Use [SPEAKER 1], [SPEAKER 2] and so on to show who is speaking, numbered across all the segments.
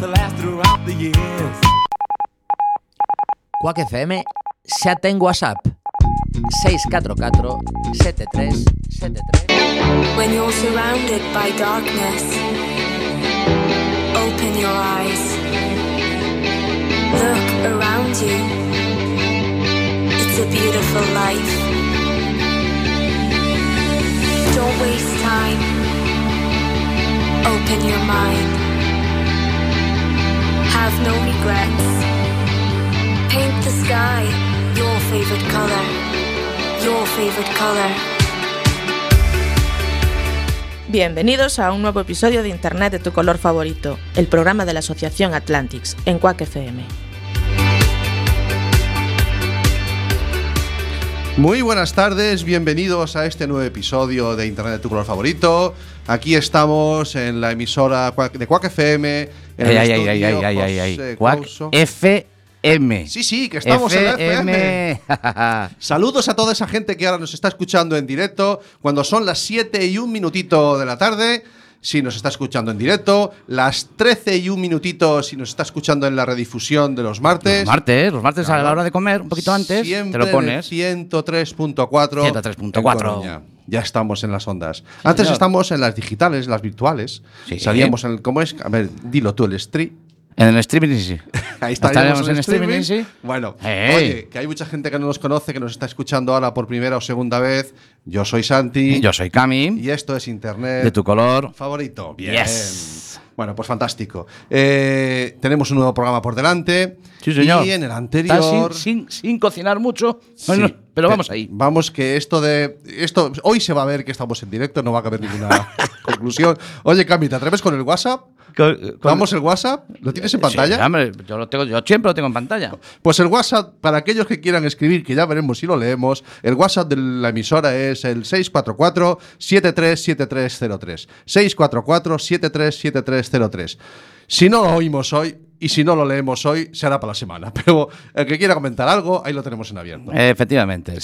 [SPEAKER 1] to last throughout the years.
[SPEAKER 2] Quack FM xa ten WhatsApp 644 73 73
[SPEAKER 3] When you're surrounded by darkness, open your eyes. Look around you. It's a beautiful life. Don't waste time. Open your mind. Have no regrets. Paint the sky your favorite color. Your favorite color.
[SPEAKER 4] Bienvenidos a un nuevo episodio de Internet de tu color favorito, el programa de la Asociación Atlantics en Quack FM.
[SPEAKER 5] Muy buenas tardes, bienvenidos a este nuevo episodio de Internet de tu color favorito. Aquí estamos en la emisora Quack- de Quack FM. En
[SPEAKER 6] Ay,
[SPEAKER 5] el
[SPEAKER 6] ay, ay, ay,
[SPEAKER 5] estudio
[SPEAKER 6] ay, ay, ay, ay.
[SPEAKER 5] José
[SPEAKER 6] Cuac
[SPEAKER 5] Couso.
[SPEAKER 6] FM.
[SPEAKER 5] Sí, sí, que estamos en la FM.
[SPEAKER 6] FM.
[SPEAKER 5] Saludos a toda esa gente que ahora nos está escuchando en directo, cuando son las 7 y un minutito de la tarde, si nos está escuchando en directo, las 13 y un minutito si nos está escuchando en la redifusión de los martes.
[SPEAKER 6] Los martes, los martes a
[SPEAKER 5] Claro.
[SPEAKER 6] la hora de comer, un poquito antes,
[SPEAKER 5] Siempre
[SPEAKER 6] te lo
[SPEAKER 5] en
[SPEAKER 6] pones.
[SPEAKER 5] el 103.4.
[SPEAKER 6] 103.4.
[SPEAKER 5] en Coruña. Ya estamos en las ondas. Antes estamos en las digitales, las virtuales.
[SPEAKER 6] Sí.
[SPEAKER 5] Salíamos en el. ¿Cómo es? A ver, dilo tú, el stream.
[SPEAKER 6] En el streaming, sí.
[SPEAKER 5] Ahí
[SPEAKER 6] Estaremos
[SPEAKER 5] estaríamos
[SPEAKER 6] en streaming, sí. Eh,
[SPEAKER 5] Bueno,
[SPEAKER 6] Hey.
[SPEAKER 5] oye, que hay mucha gente que no nos conoce, que nos está escuchando ahora por primera o segunda vez. Yo soy Santi.
[SPEAKER 6] Eh, Yo soy Cami,
[SPEAKER 5] Y esto es Internet.
[SPEAKER 6] de tu color.
[SPEAKER 5] Favorito. Bien.
[SPEAKER 6] Yes.
[SPEAKER 5] Bueno, pues fantástico. Eh, tenemos un nuevo programa por delante.
[SPEAKER 6] Sí, señor.
[SPEAKER 5] Y en el
[SPEAKER 6] Está sin-
[SPEAKER 5] anterior.
[SPEAKER 6] Sin, sin cocinar mucho,
[SPEAKER 5] Sí.
[SPEAKER 6] Bueno, pero vamos
[SPEAKER 5] Pe-
[SPEAKER 6] ahí.
[SPEAKER 5] Vamos que esto de esto hoy se va a ver que estamos en directo, no va a caber ninguna conclusión. Oye, Cami, ¿te atreves con el WhatsApp? ¿Vamos el WhatsApp? ¿Lo tienes en
[SPEAKER 6] Sí,
[SPEAKER 5] pantalla?
[SPEAKER 6] hombre, yo, lo tengo, yo siempre lo tengo en pantalla.
[SPEAKER 5] Pues el WhatsApp, para aquellos que quieran escribir, que ya veremos si lo leemos, el WhatsApp de la emisora es el 644-737303. 644-737303. Si no lo oímos hoy y si no lo leemos hoy, será para la semana. Pero el que quiera comentar algo, ahí lo tenemos en abierto.
[SPEAKER 6] Efectivamente.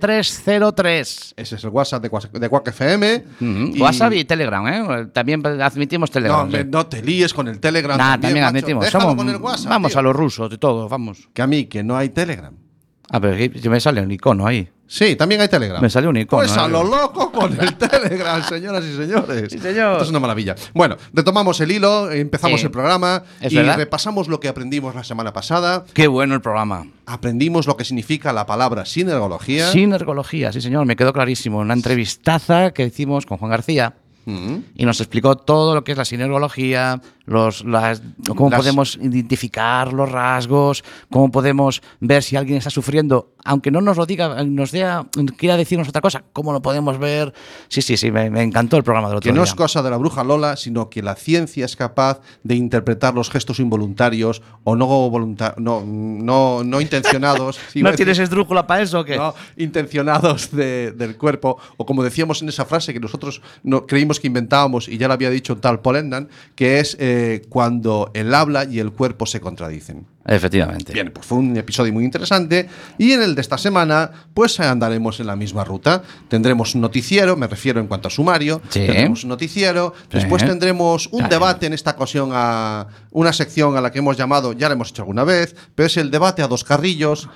[SPEAKER 6] 644-737-303.
[SPEAKER 5] Ese es el WhatsApp de Quack de Quack FM.
[SPEAKER 6] Ujú.
[SPEAKER 5] Y-
[SPEAKER 6] WhatsApp y Telegram, ¿eh? También admitimos
[SPEAKER 5] No,
[SPEAKER 6] Telegram.
[SPEAKER 5] hombre,
[SPEAKER 6] sí.
[SPEAKER 5] no te líes con el Telegram.
[SPEAKER 6] Nah,
[SPEAKER 5] también
[SPEAKER 6] también
[SPEAKER 5] macho.
[SPEAKER 6] admitimos.
[SPEAKER 5] Déjalo
[SPEAKER 6] Somos-
[SPEAKER 5] con el WhatsApp,
[SPEAKER 6] vamos
[SPEAKER 5] tío.
[SPEAKER 6] a los rusos, de todo, vamos.
[SPEAKER 5] Que a mí, que no hay Telegram.
[SPEAKER 6] A ver, que me sale un icono ahí.
[SPEAKER 5] Sí, también hay Telegram.
[SPEAKER 6] Me salió un icono,
[SPEAKER 5] Pues a
[SPEAKER 6] eh.
[SPEAKER 5] lo loco con el Telegram, señoras y señores.
[SPEAKER 6] Sí, señor.
[SPEAKER 5] Esto es una maravilla. Bueno, retomamos el hilo, empezamos
[SPEAKER 6] Sí.
[SPEAKER 5] el programa
[SPEAKER 6] Es
[SPEAKER 5] y
[SPEAKER 6] verdad.
[SPEAKER 5] repasamos lo que aprendimos la semana pasada.
[SPEAKER 6] Qué bueno el programa.
[SPEAKER 5] Aprendimos lo que significa la palabra sinergología.
[SPEAKER 6] Sinergología, sí señor, me quedó clarísimo. Una entrevistaza que hicimos con Juan García
[SPEAKER 5] Mm.
[SPEAKER 6] y nos explicó todo lo que es la sinergología, los, las, cómo
[SPEAKER 5] Las-
[SPEAKER 6] podemos identificar los rasgos, cómo podemos ver si alguien está sufriendo, aunque no nos lo diga, nos dé a- quiera decirnos otra cosa, cómo lo podemos ver. Sí, sí, sí, me, me encantó el programa del otro
[SPEAKER 5] Que no
[SPEAKER 6] día.
[SPEAKER 5] es cosa de la bruja Lola, sino que la ciencia es capaz de interpretar los gestos involuntarios o no, volunta- no, no, no intencionados. Sí, iba
[SPEAKER 6] ¿No
[SPEAKER 5] a decir-
[SPEAKER 6] tienes esdrújula para eso o qué?
[SPEAKER 5] ¿no? intencionados de- del cuerpo, o como decíamos en esa frase que nosotros no, creímos que inventábamos y ya la había dicho un tal Paul Ennan, que es eh, cuando el habla y el cuerpo se contradicen.
[SPEAKER 6] Efectivamente.
[SPEAKER 5] Bien, pues fue un episodio muy interesante y en el de esta semana pues andaremos en la misma ruta. Tendremos un noticiero, me refiero en cuanto a sumario,
[SPEAKER 6] Sí.
[SPEAKER 5] tendremos un noticiero, después
[SPEAKER 6] Sí.
[SPEAKER 5] tendremos un
[SPEAKER 6] Ya, ya.
[SPEAKER 5] debate en esta ocasión a una sección a la que hemos llamado, ya la hemos hecho alguna vez, pero es el debate a dos carrillos.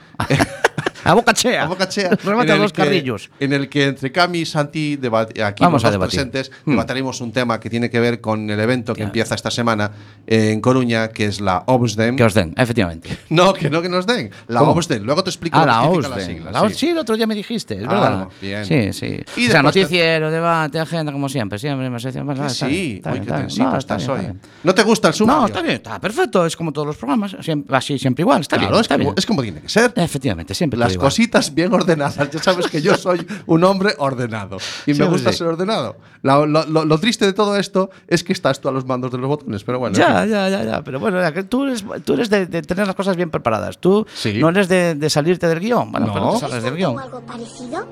[SPEAKER 6] A boca chea.
[SPEAKER 5] A boca chea.
[SPEAKER 6] Remata
[SPEAKER 5] en el
[SPEAKER 6] dos
[SPEAKER 5] que-
[SPEAKER 6] carrillos.
[SPEAKER 5] En el que entre Cami y Santi, debat- aquí
[SPEAKER 6] Vamos
[SPEAKER 5] los
[SPEAKER 6] a
[SPEAKER 5] dos
[SPEAKER 6] debatir. Hmm.
[SPEAKER 5] presentes, debatiremos un tema que tiene que ver con el evento que empieza esta semana eh, en Coruña, que es la OBSDEM.
[SPEAKER 6] Que os den, efectivamente.
[SPEAKER 5] No, que no que nos den. La
[SPEAKER 6] ¿Cómo?
[SPEAKER 5] OBSDEM. Luego te explico
[SPEAKER 6] Ah,
[SPEAKER 5] lo que
[SPEAKER 6] la
[SPEAKER 5] significa
[SPEAKER 6] OSDE.
[SPEAKER 5] sigla,
[SPEAKER 6] La OSDE,
[SPEAKER 5] sí.
[SPEAKER 6] sí, el otro día me dijiste, es
[SPEAKER 5] Ah,
[SPEAKER 6] verdad.
[SPEAKER 5] bien.
[SPEAKER 6] Sí, sí.
[SPEAKER 5] Y
[SPEAKER 6] o sea,
[SPEAKER 5] después te-
[SPEAKER 6] noticiero, debate, agenda, como siempre. Siempre me sección.
[SPEAKER 5] Que sí, hoy que tensito estás hoy.
[SPEAKER 6] bien.
[SPEAKER 5] ¿No te gusta el sumario?
[SPEAKER 6] No, está bien, está perfecto. Es como todos los programas, siempre, así, siempre igual. Está
[SPEAKER 5] Claro,
[SPEAKER 6] bien,
[SPEAKER 5] es,
[SPEAKER 6] está
[SPEAKER 5] como,
[SPEAKER 6] bien.
[SPEAKER 5] es como tiene que ser.
[SPEAKER 6] Efectivamente, siempre todo
[SPEAKER 5] Las
[SPEAKER 6] igual.
[SPEAKER 5] cositas bien ordenadas. Ya sabes que yo soy un hombre ordenado. Y me
[SPEAKER 6] Sí,
[SPEAKER 5] gusta
[SPEAKER 6] sí.
[SPEAKER 5] ser ordenado. La- lo, lo- lo triste de todo esto es que estás tú a los mandos de los botones. Pero bueno, en fin.
[SPEAKER 6] Ya, ya, ya, ya. Pero bueno, ya que tú eres, tú eres de, de tener las cosas bien preparadas. Tú
[SPEAKER 5] Sí.
[SPEAKER 6] no eres de, de salirte del guión. Bueno,
[SPEAKER 5] No.
[SPEAKER 6] pero te sales del guión.
[SPEAKER 7] ¿Tengo algo parecido?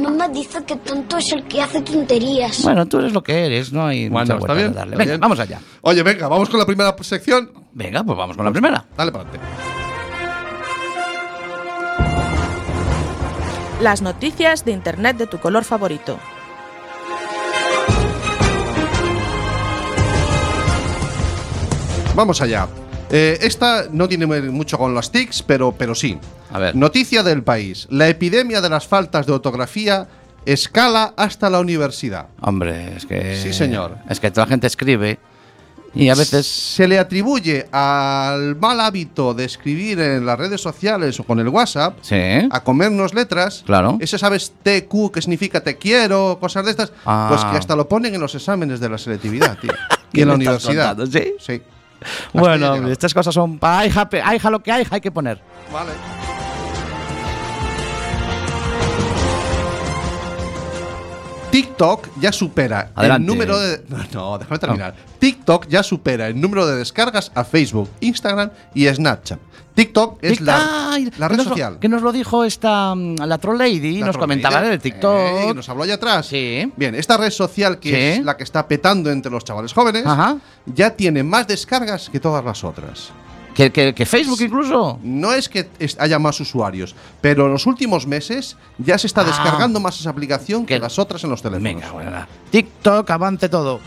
[SPEAKER 7] Mamá dice que tonto es el que hace tonterías.
[SPEAKER 6] Bueno, tú eres lo que eres, no hay
[SPEAKER 5] Bueno,
[SPEAKER 6] mucha
[SPEAKER 5] está
[SPEAKER 6] vuelta
[SPEAKER 5] bien,
[SPEAKER 6] que darle.
[SPEAKER 5] está
[SPEAKER 6] Venga,
[SPEAKER 5] bien.
[SPEAKER 6] vamos allá.
[SPEAKER 5] Oye, venga, vamos con la primera sección.
[SPEAKER 6] Venga, pues vamos con la primera.
[SPEAKER 5] Dale para adelante.
[SPEAKER 4] Las noticias de Internet de tu color favorito.
[SPEAKER 5] Vamos allá. Eh, esta no tiene mucho con los tics, pero, pero sí.
[SPEAKER 6] A ver.
[SPEAKER 5] Noticia del país. La epidemia de las faltas de ortografía escala hasta la universidad.
[SPEAKER 6] Hombre, es que.
[SPEAKER 5] Sí, señor.
[SPEAKER 6] Es que toda la gente escribe y a veces.
[SPEAKER 5] Se le atribuye al mal hábito de escribir en las redes sociales o con el WhatsApp
[SPEAKER 6] Sí.
[SPEAKER 5] a comernos letras.
[SPEAKER 6] Claro.
[SPEAKER 5] Ese sabes TQ que significa te quiero, cosas de estas.
[SPEAKER 6] Ah.
[SPEAKER 5] Pues que hasta lo ponen en los exámenes de la selectividad, tío. y
[SPEAKER 6] ¿Qué
[SPEAKER 5] en la
[SPEAKER 6] me estás
[SPEAKER 5] universidad.
[SPEAKER 6] contando? ¿Sí?
[SPEAKER 5] Sí. Hasta ahí he
[SPEAKER 6] Bueno,
[SPEAKER 5] llegado.
[SPEAKER 6] estas cosas son. pa- Ay, jape, ay, ja, lo que hay, hay que poner.
[SPEAKER 5] Vale. TikTok ya supera
[SPEAKER 6] Adelante.
[SPEAKER 5] el número de. No, no, déjame terminar. TikTok ya supera el número de descargas a Facebook, Instagram y Snapchat. TikTok es la,
[SPEAKER 6] Ay,
[SPEAKER 5] la
[SPEAKER 6] que
[SPEAKER 5] red
[SPEAKER 6] nos lo-
[SPEAKER 5] social.
[SPEAKER 6] que nos lo dijo esta. mm, La Troll Lady,
[SPEAKER 5] La
[SPEAKER 6] nos
[SPEAKER 5] troll
[SPEAKER 6] comentaba
[SPEAKER 5] leader,
[SPEAKER 6] en el TikTok.
[SPEAKER 5] eh, nos habló allá atrás.
[SPEAKER 6] Sí.
[SPEAKER 5] Bien, esta red social que
[SPEAKER 6] Sí.
[SPEAKER 5] es la que está petando entre los chavales jóvenes
[SPEAKER 6] Ajá.
[SPEAKER 5] ya tiene más descargas que todas las otras.
[SPEAKER 6] que, que- que Facebook incluso.
[SPEAKER 5] No es que es- haya más usuarios, pero en los últimos meses ya se está
[SPEAKER 6] Ah.
[SPEAKER 5] descargando más esa aplicación que
[SPEAKER 6] Que-
[SPEAKER 5] las otras en los teléfonos.
[SPEAKER 6] Venga, bueno, nada. TikTok, avance todo.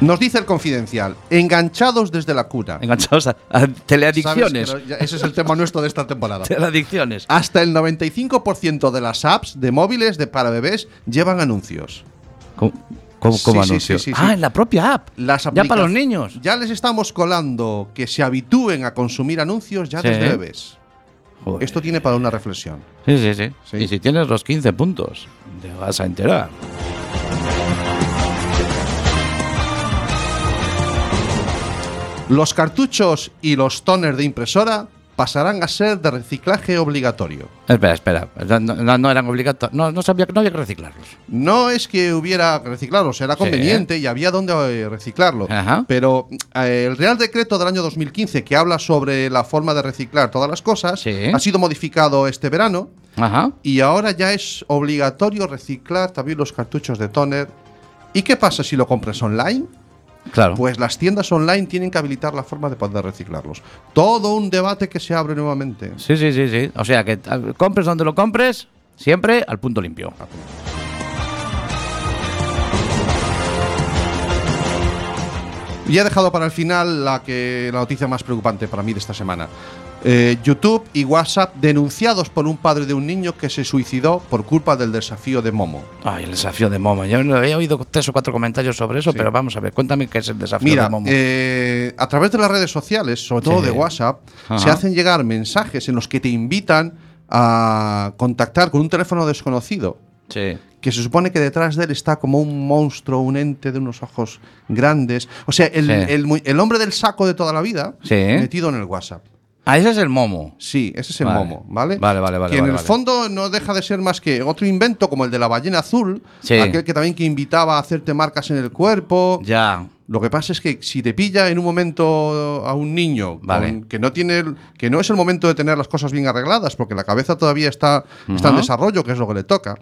[SPEAKER 5] Nos dice el confidencial, enganchados desde la cuna.
[SPEAKER 6] Enganchados a, a teleadicciones.
[SPEAKER 5] Sabes que Ah. no- ya- ese es el tema nuestro de esta temporada.
[SPEAKER 6] Teleadicciones.
[SPEAKER 5] Hasta el 95% de las apps de móviles de para bebés llevan anuncios.
[SPEAKER 6] ¿Cómo, cómo- cómo
[SPEAKER 5] Sí, sí,
[SPEAKER 6] anuncio?
[SPEAKER 5] sí, sí, sí.
[SPEAKER 6] Ah, en la propia app.
[SPEAKER 5] Las
[SPEAKER 6] ya para
[SPEAKER 5] aplica-
[SPEAKER 6] los niños.
[SPEAKER 5] Ya les estamos colando que se habitúen a consumir anuncios ya
[SPEAKER 6] Sí. Pues
[SPEAKER 5] desde bebés.
[SPEAKER 6] Joder.
[SPEAKER 5] Esto tiene para una reflexión.
[SPEAKER 6] Sí, sí, sí,
[SPEAKER 5] Sí.
[SPEAKER 6] Y si tienes los 15 puntos, te vas a enterar.
[SPEAKER 5] Los cartuchos y los toners de impresora pasarán a ser de reciclaje obligatorio.
[SPEAKER 6] Espera, espera. No, no- no eran obligatorios. No, no sabía que no había que reciclarlos.
[SPEAKER 5] No es que hubiera que reciclarlos, era conveniente y había donde eh, reciclarlo.
[SPEAKER 6] Ajá.
[SPEAKER 5] Pero eh, el Real Decreto del año 2015, que habla sobre la forma de reciclar todas las cosas,
[SPEAKER 6] Sí.
[SPEAKER 5] ha sido modificado este verano
[SPEAKER 6] Ajá.
[SPEAKER 5] y ahora ya es obligatorio reciclar también los cartuchos de toner. ¿Y qué pasa si lo compras online?
[SPEAKER 6] Claro.
[SPEAKER 5] Pues las tiendas online tienen que habilitar la forma de poder reciclarlos. Todo un debate que se abre nuevamente.
[SPEAKER 6] Sí, sí, sí, sí. O sea que a ver, compres donde lo compres, siempre al punto limpio.
[SPEAKER 5] Y he dejado para el final la, que, la noticia más preocupante para mí de esta semana. Eh, YouTube y WhatsApp denunciados por un padre de un niño que se suicidó por culpa del desafío de Momo.
[SPEAKER 6] Ay, el desafío de Momo. Yo no había oído tres o cuatro comentarios sobre eso, pero vamos a ver, cuéntame qué es el desafío
[SPEAKER 5] Mira,
[SPEAKER 6] de Momo.
[SPEAKER 5] eh, a través de las redes sociales, sobre todo
[SPEAKER 6] Sí.
[SPEAKER 5] de WhatsApp, se
[SPEAKER 6] Ajá.
[SPEAKER 5] hacen llegar mensajes en los que te invitan a contactar con un teléfono desconocido.
[SPEAKER 6] sí.
[SPEAKER 5] que se supone que detrás de él está como un monstruo, un ente de unos ojos grandes. O sea, el,
[SPEAKER 6] Sí.
[SPEAKER 5] el mu- el hombre del saco de toda la vida
[SPEAKER 6] Sí.
[SPEAKER 5] metido en el WhatsApp.
[SPEAKER 6] Ah, ese es el Momo.
[SPEAKER 5] Sí, ese es el
[SPEAKER 6] Vale.
[SPEAKER 5] momo, ¿vale?
[SPEAKER 6] Vale, vale, vale,
[SPEAKER 5] Que en
[SPEAKER 6] vale,
[SPEAKER 5] el
[SPEAKER 6] vale.
[SPEAKER 5] fondo no deja de ser más que otro invento como el de la ballena azul,
[SPEAKER 6] Sí.
[SPEAKER 5] aquel que también que invitaba a hacerte marcas en el cuerpo.
[SPEAKER 6] Ya.
[SPEAKER 5] Lo que pasa es que si te pilla en un momento a un niño
[SPEAKER 6] Vale.
[SPEAKER 5] con- que no tiene el- que no es el momento de tener las cosas bien arregladas, porque la cabeza todavía está, está en
[SPEAKER 6] Ujú.
[SPEAKER 5] desarrollo, que es lo que le toca,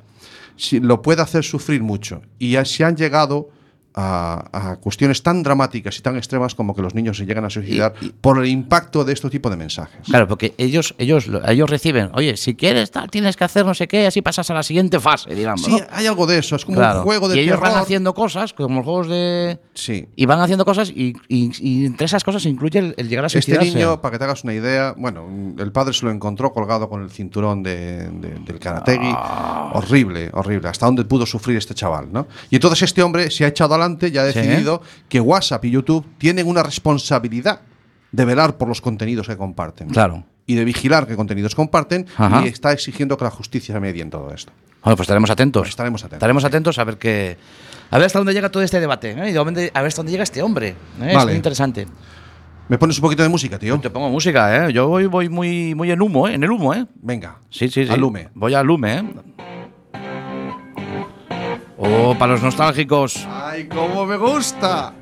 [SPEAKER 5] si- lo puede hacer sufrir mucho. Y ya se han llegado a, a cuestiones tan dramáticas y tan extremas como que los niños se llegan a suicidar por el impacto de este tipo de mensajes.
[SPEAKER 6] Claro, porque ellos, ellos, lo- ellos reciben, oye, si quieres tal, tienes que hacer no sé qué, así pasas a la siguiente fase, digamos.
[SPEAKER 5] Sí,
[SPEAKER 6] ¿no?
[SPEAKER 5] hay algo de eso, es como
[SPEAKER 6] Claro.
[SPEAKER 5] un juego de
[SPEAKER 6] y ellos van
[SPEAKER 5] terror.
[SPEAKER 6] haciendo cosas, como los juegos de.
[SPEAKER 5] Sí.
[SPEAKER 6] Y van haciendo cosas, y, y- y entre esas cosas se incluye el, el llegar a
[SPEAKER 5] Este
[SPEAKER 6] suicidarse.
[SPEAKER 5] niño, para que te hagas una idea, bueno, el padre se lo encontró colgado con el cinturón de- de- del karategui.
[SPEAKER 6] Ah.
[SPEAKER 5] Horrible, horrible. Hasta dónde pudo sufrir este chaval, ¿no? Y entonces este hombre se ha echado adelante y ha
[SPEAKER 6] Sí.
[SPEAKER 5] decidido que WhatsApp y YouTube tienen una responsabilidad de velar por los contenidos que comparten.
[SPEAKER 6] Claro.
[SPEAKER 5] Y de vigilar qué contenidos comparten.
[SPEAKER 6] Ajá.
[SPEAKER 5] Y está exigiendo que la justicia medie en todo esto.
[SPEAKER 6] Bueno, pues estaremos atentos.
[SPEAKER 5] Estaremos atentos,
[SPEAKER 6] Estaremos atentos a ver qué. A ver hasta dónde llega todo este debate. ¿eh? Y de dónde- a ver hasta dónde llega este hombre. ¿eh? Es
[SPEAKER 5] Vale.
[SPEAKER 6] muy interesante.
[SPEAKER 5] ¿Me pones un poquito de música, tío?
[SPEAKER 6] Pues Te pongo música, ¿eh? Yo voy, voy muy, muy en humo, ¿eh? En el humo, ¿eh?
[SPEAKER 5] Venga.
[SPEAKER 6] Sí, sí, sí.
[SPEAKER 5] Alume.
[SPEAKER 6] Voy a Lume, ¿eh? Oh, para los nostálgicos.
[SPEAKER 5] ¡Ay, cómo me gusta!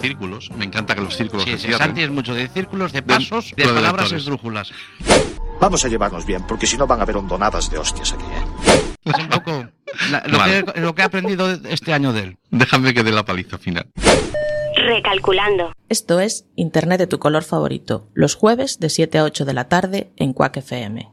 [SPEAKER 8] círculos. Me encanta que los círculos
[SPEAKER 9] Sí,
[SPEAKER 8] se
[SPEAKER 9] sí,
[SPEAKER 8] cierren.
[SPEAKER 9] Santi es mucho de círculos, de pasos, de,
[SPEAKER 8] lo de
[SPEAKER 9] palabras
[SPEAKER 8] actores.
[SPEAKER 9] esdrújulas.
[SPEAKER 10] Vamos a llevarnos bien, porque si no van a haber hondonadas de hostias aquí, ¿eh?
[SPEAKER 9] Es un poco la- lo,
[SPEAKER 8] Vale.
[SPEAKER 9] que, lo que he aprendido este año de él.
[SPEAKER 8] Déjame que dé la paliza final.
[SPEAKER 7] Recalculando.
[SPEAKER 4] Esto es Internet de tu color favorito, los jueves de 7 a 8 de la tarde en Quack FM.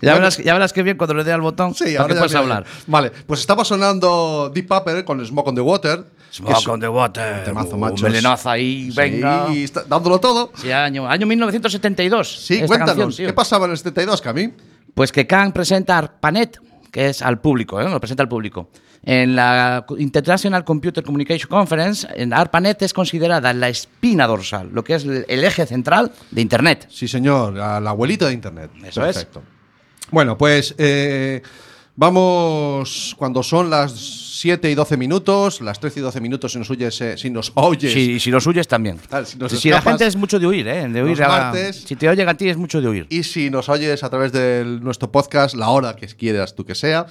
[SPEAKER 6] Ya verás, ya verás que bien cuando le dé al botón
[SPEAKER 5] Sí,
[SPEAKER 6] para
[SPEAKER 5] ahora
[SPEAKER 6] que
[SPEAKER 5] ya
[SPEAKER 6] puedas
[SPEAKER 5] viene.
[SPEAKER 6] hablar.
[SPEAKER 5] Vale, pues estaba sonando Deep Purple con Smoke on the Water. que es-
[SPEAKER 6] Smoke on the water.
[SPEAKER 5] Temazo,
[SPEAKER 6] un
[SPEAKER 5] machos.
[SPEAKER 6] melenazo ahí,
[SPEAKER 5] Sí,
[SPEAKER 6] venga.
[SPEAKER 5] y está dándolo todo.
[SPEAKER 6] Sí, año, año 1972.
[SPEAKER 5] Sí,
[SPEAKER 6] esta
[SPEAKER 5] cuéntanos,
[SPEAKER 6] canción, tío.
[SPEAKER 5] ¿qué pasaba en el 72, Camín?
[SPEAKER 6] Pues que Khan presenta ARPANET, que es al público, ¿eh? lo presenta al público. En la International Computer Communication Conference, en ARPANET es considerada la espina dorsal, lo que es el el eje central de Internet.
[SPEAKER 5] Sí, señor, al abuelito de Internet.
[SPEAKER 6] Eso
[SPEAKER 5] es. Bueno, pues eh, vamos cuando son las 7 y 12 minutos, las 13 y 12 minutos si nos oyes, eh, si nos oyes.
[SPEAKER 6] Si, si los huyes también.
[SPEAKER 5] Tal, si nos
[SPEAKER 6] si la
[SPEAKER 5] escapas
[SPEAKER 6] gente es mucho de huir, ¿eh? De huir
[SPEAKER 5] los
[SPEAKER 6] a-
[SPEAKER 5] martes.
[SPEAKER 6] si te oye a ti es mucho de huir.
[SPEAKER 5] Y si nos oyes a través de nuestro podcast, la hora que quieras tú que sea.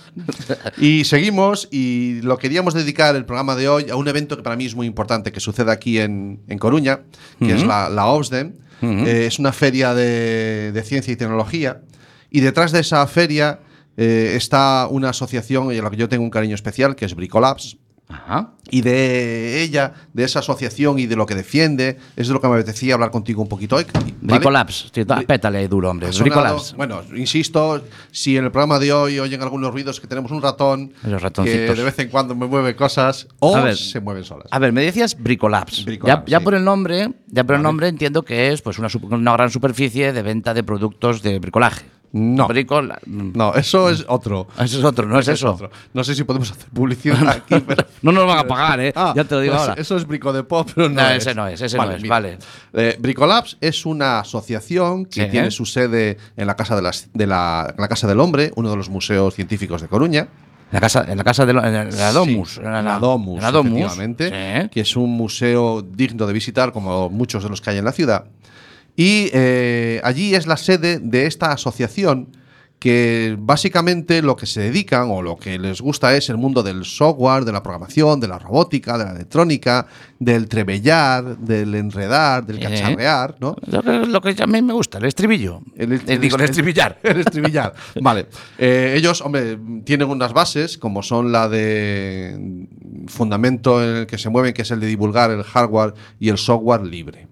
[SPEAKER 5] y seguimos y lo queríamos dedicar el programa de hoy a un evento que para mí es muy importante que sucede aquí en, en Coruña, que es la, la OBSDEM. Eh, es una feria de, de ciencia y tecnología. Y detrás de esa feria eh, está una asociación a la que yo tengo un cariño especial, que es Bricolabs
[SPEAKER 6] Ajá.
[SPEAKER 5] y de ella, de esa asociación y de lo que defiende, es de lo que me apetecía hablar contigo un poquito hoy. ¿vale?
[SPEAKER 6] Bricolabs, tío, da-
[SPEAKER 5] Bri-
[SPEAKER 6] pétale duro, hombre.
[SPEAKER 5] Ha sonado-
[SPEAKER 6] Bricolabs.
[SPEAKER 5] Bueno, insisto, si en el programa de hoy oyen algunos ruidos que tenemos un ratón que
[SPEAKER 6] Los ratoncitos.
[SPEAKER 5] de vez en cuando me mueve cosas o
[SPEAKER 6] A ver. Ah.
[SPEAKER 5] se mueven solas.
[SPEAKER 6] A ver, me decías Bricolabs.
[SPEAKER 5] Bricolabs,
[SPEAKER 6] ya ya
[SPEAKER 5] sí.
[SPEAKER 6] por el nombre, ya por el nombre entiendo que es pues una, sup- una gran superficie de venta de productos de bricolaje.
[SPEAKER 5] No.
[SPEAKER 6] Bricola-
[SPEAKER 5] No, eso es otro.
[SPEAKER 6] Eso es otro, no Ah, es
[SPEAKER 5] Ese es
[SPEAKER 6] eso.
[SPEAKER 5] otro. No sé si podemos hacer publicidad aquí, pero
[SPEAKER 6] No nos van a pagar, ¿eh?
[SPEAKER 5] Ah,
[SPEAKER 6] ya te lo digo
[SPEAKER 5] pues
[SPEAKER 6] ahora.
[SPEAKER 5] Eso es Brico de Pop, pero no,
[SPEAKER 6] No, ese no es, ese no es, vale.
[SPEAKER 5] Eh, Bricolabs es una asociación que
[SPEAKER 6] Sí.
[SPEAKER 5] tiene su sede en la Casa, de las- de la, en la casa del Hombre, uno de los museos científicos de Coruña.
[SPEAKER 6] En la casa, en la casa de lo- en la- en la Domus.
[SPEAKER 5] Sí,
[SPEAKER 6] en
[SPEAKER 5] la Domus,
[SPEAKER 6] en la Domus,
[SPEAKER 5] efectivamente,
[SPEAKER 6] sí.
[SPEAKER 5] que es un museo digno de visitar, como muchos de los que hay en la ciudad. Y eh, allí es la sede de esta asociación que básicamente lo que se dedican o lo que les gusta es el mundo del software, de la programación, de la robótica, de la electrónica, del trebellar, del enredar, del
[SPEAKER 6] Sí.
[SPEAKER 5] cacharrear, ¿no?
[SPEAKER 6] Lo que, lo que a mí me gusta, el estribillo.
[SPEAKER 5] El est-
[SPEAKER 6] Eh, digo, el
[SPEAKER 5] el est-
[SPEAKER 6] estribillar.
[SPEAKER 5] El estribillar. vale. Eh, ellos, hombre, tienen unas bases, como son la de fundamento en el que se mueven, que es el de divulgar el hardware y el software libre.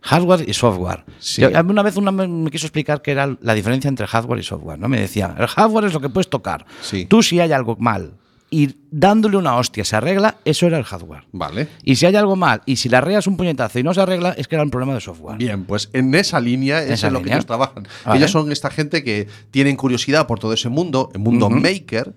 [SPEAKER 6] Hardware y software.
[SPEAKER 5] Sí.
[SPEAKER 6] Yo- a mí una vez una me, me quiso explicar qué era la diferencia entre hardware y software. ¿no? Me decía, el hardware es lo que puedes tocar.
[SPEAKER 5] Sí.
[SPEAKER 6] Tú si hay algo mal y dándole una hostia se arregla, eso era el hardware.
[SPEAKER 5] Vale.
[SPEAKER 6] Y si hay algo mal y si le arreglas un puñetazo y no se arregla, es que era un problema de software.
[SPEAKER 5] Bien, pues en esa línea es
[SPEAKER 6] Esa
[SPEAKER 5] en lo que
[SPEAKER 6] línea.
[SPEAKER 5] ellos trabajan.
[SPEAKER 6] Vale.
[SPEAKER 5] Ellos son esta gente que tienen curiosidad por todo ese mundo, el mundo maker.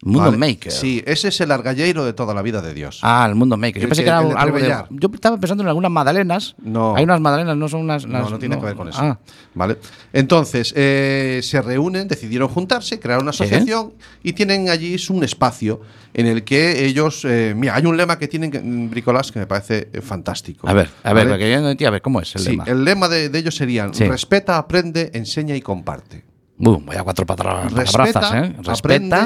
[SPEAKER 6] Mundo
[SPEAKER 5] Vale.
[SPEAKER 6] maker.
[SPEAKER 5] Sí, ese es el argalleiro de toda la vida de Dios.
[SPEAKER 6] Ah, el mundo maker.
[SPEAKER 5] El
[SPEAKER 6] Yo pensé
[SPEAKER 5] que-
[SPEAKER 6] que era
[SPEAKER 5] el de
[SPEAKER 6] algo de,
[SPEAKER 5] Trevellar.
[SPEAKER 6] Yo estaba pensando en algunas magdalenas.
[SPEAKER 5] No.
[SPEAKER 6] Hay unas magdalenas, no son unas.
[SPEAKER 5] No,
[SPEAKER 6] las-
[SPEAKER 5] no tiene que ver con eso.
[SPEAKER 6] Ah,
[SPEAKER 5] Vale. Entonces, eh, se reúnen, decidieron juntarse, crear una
[SPEAKER 6] Sí.
[SPEAKER 5] asociación y tienen allí un espacio en el que ellos. eh, mira, hay un lema que tienen que- en Bricolás que me parece eh, fantástico.
[SPEAKER 6] a ver, a ver,
[SPEAKER 5] ¿Vale?
[SPEAKER 6] porque yo no entiendo- a ver, ¿cómo es el
[SPEAKER 5] Sí,
[SPEAKER 6] lema?
[SPEAKER 5] el lema de, de ellos serían:
[SPEAKER 6] Sí.
[SPEAKER 5] respeta, aprende, enseña y comparte.
[SPEAKER 6] Bum, vaya cuatro patra- palabrazas, ¿eh? Respeta.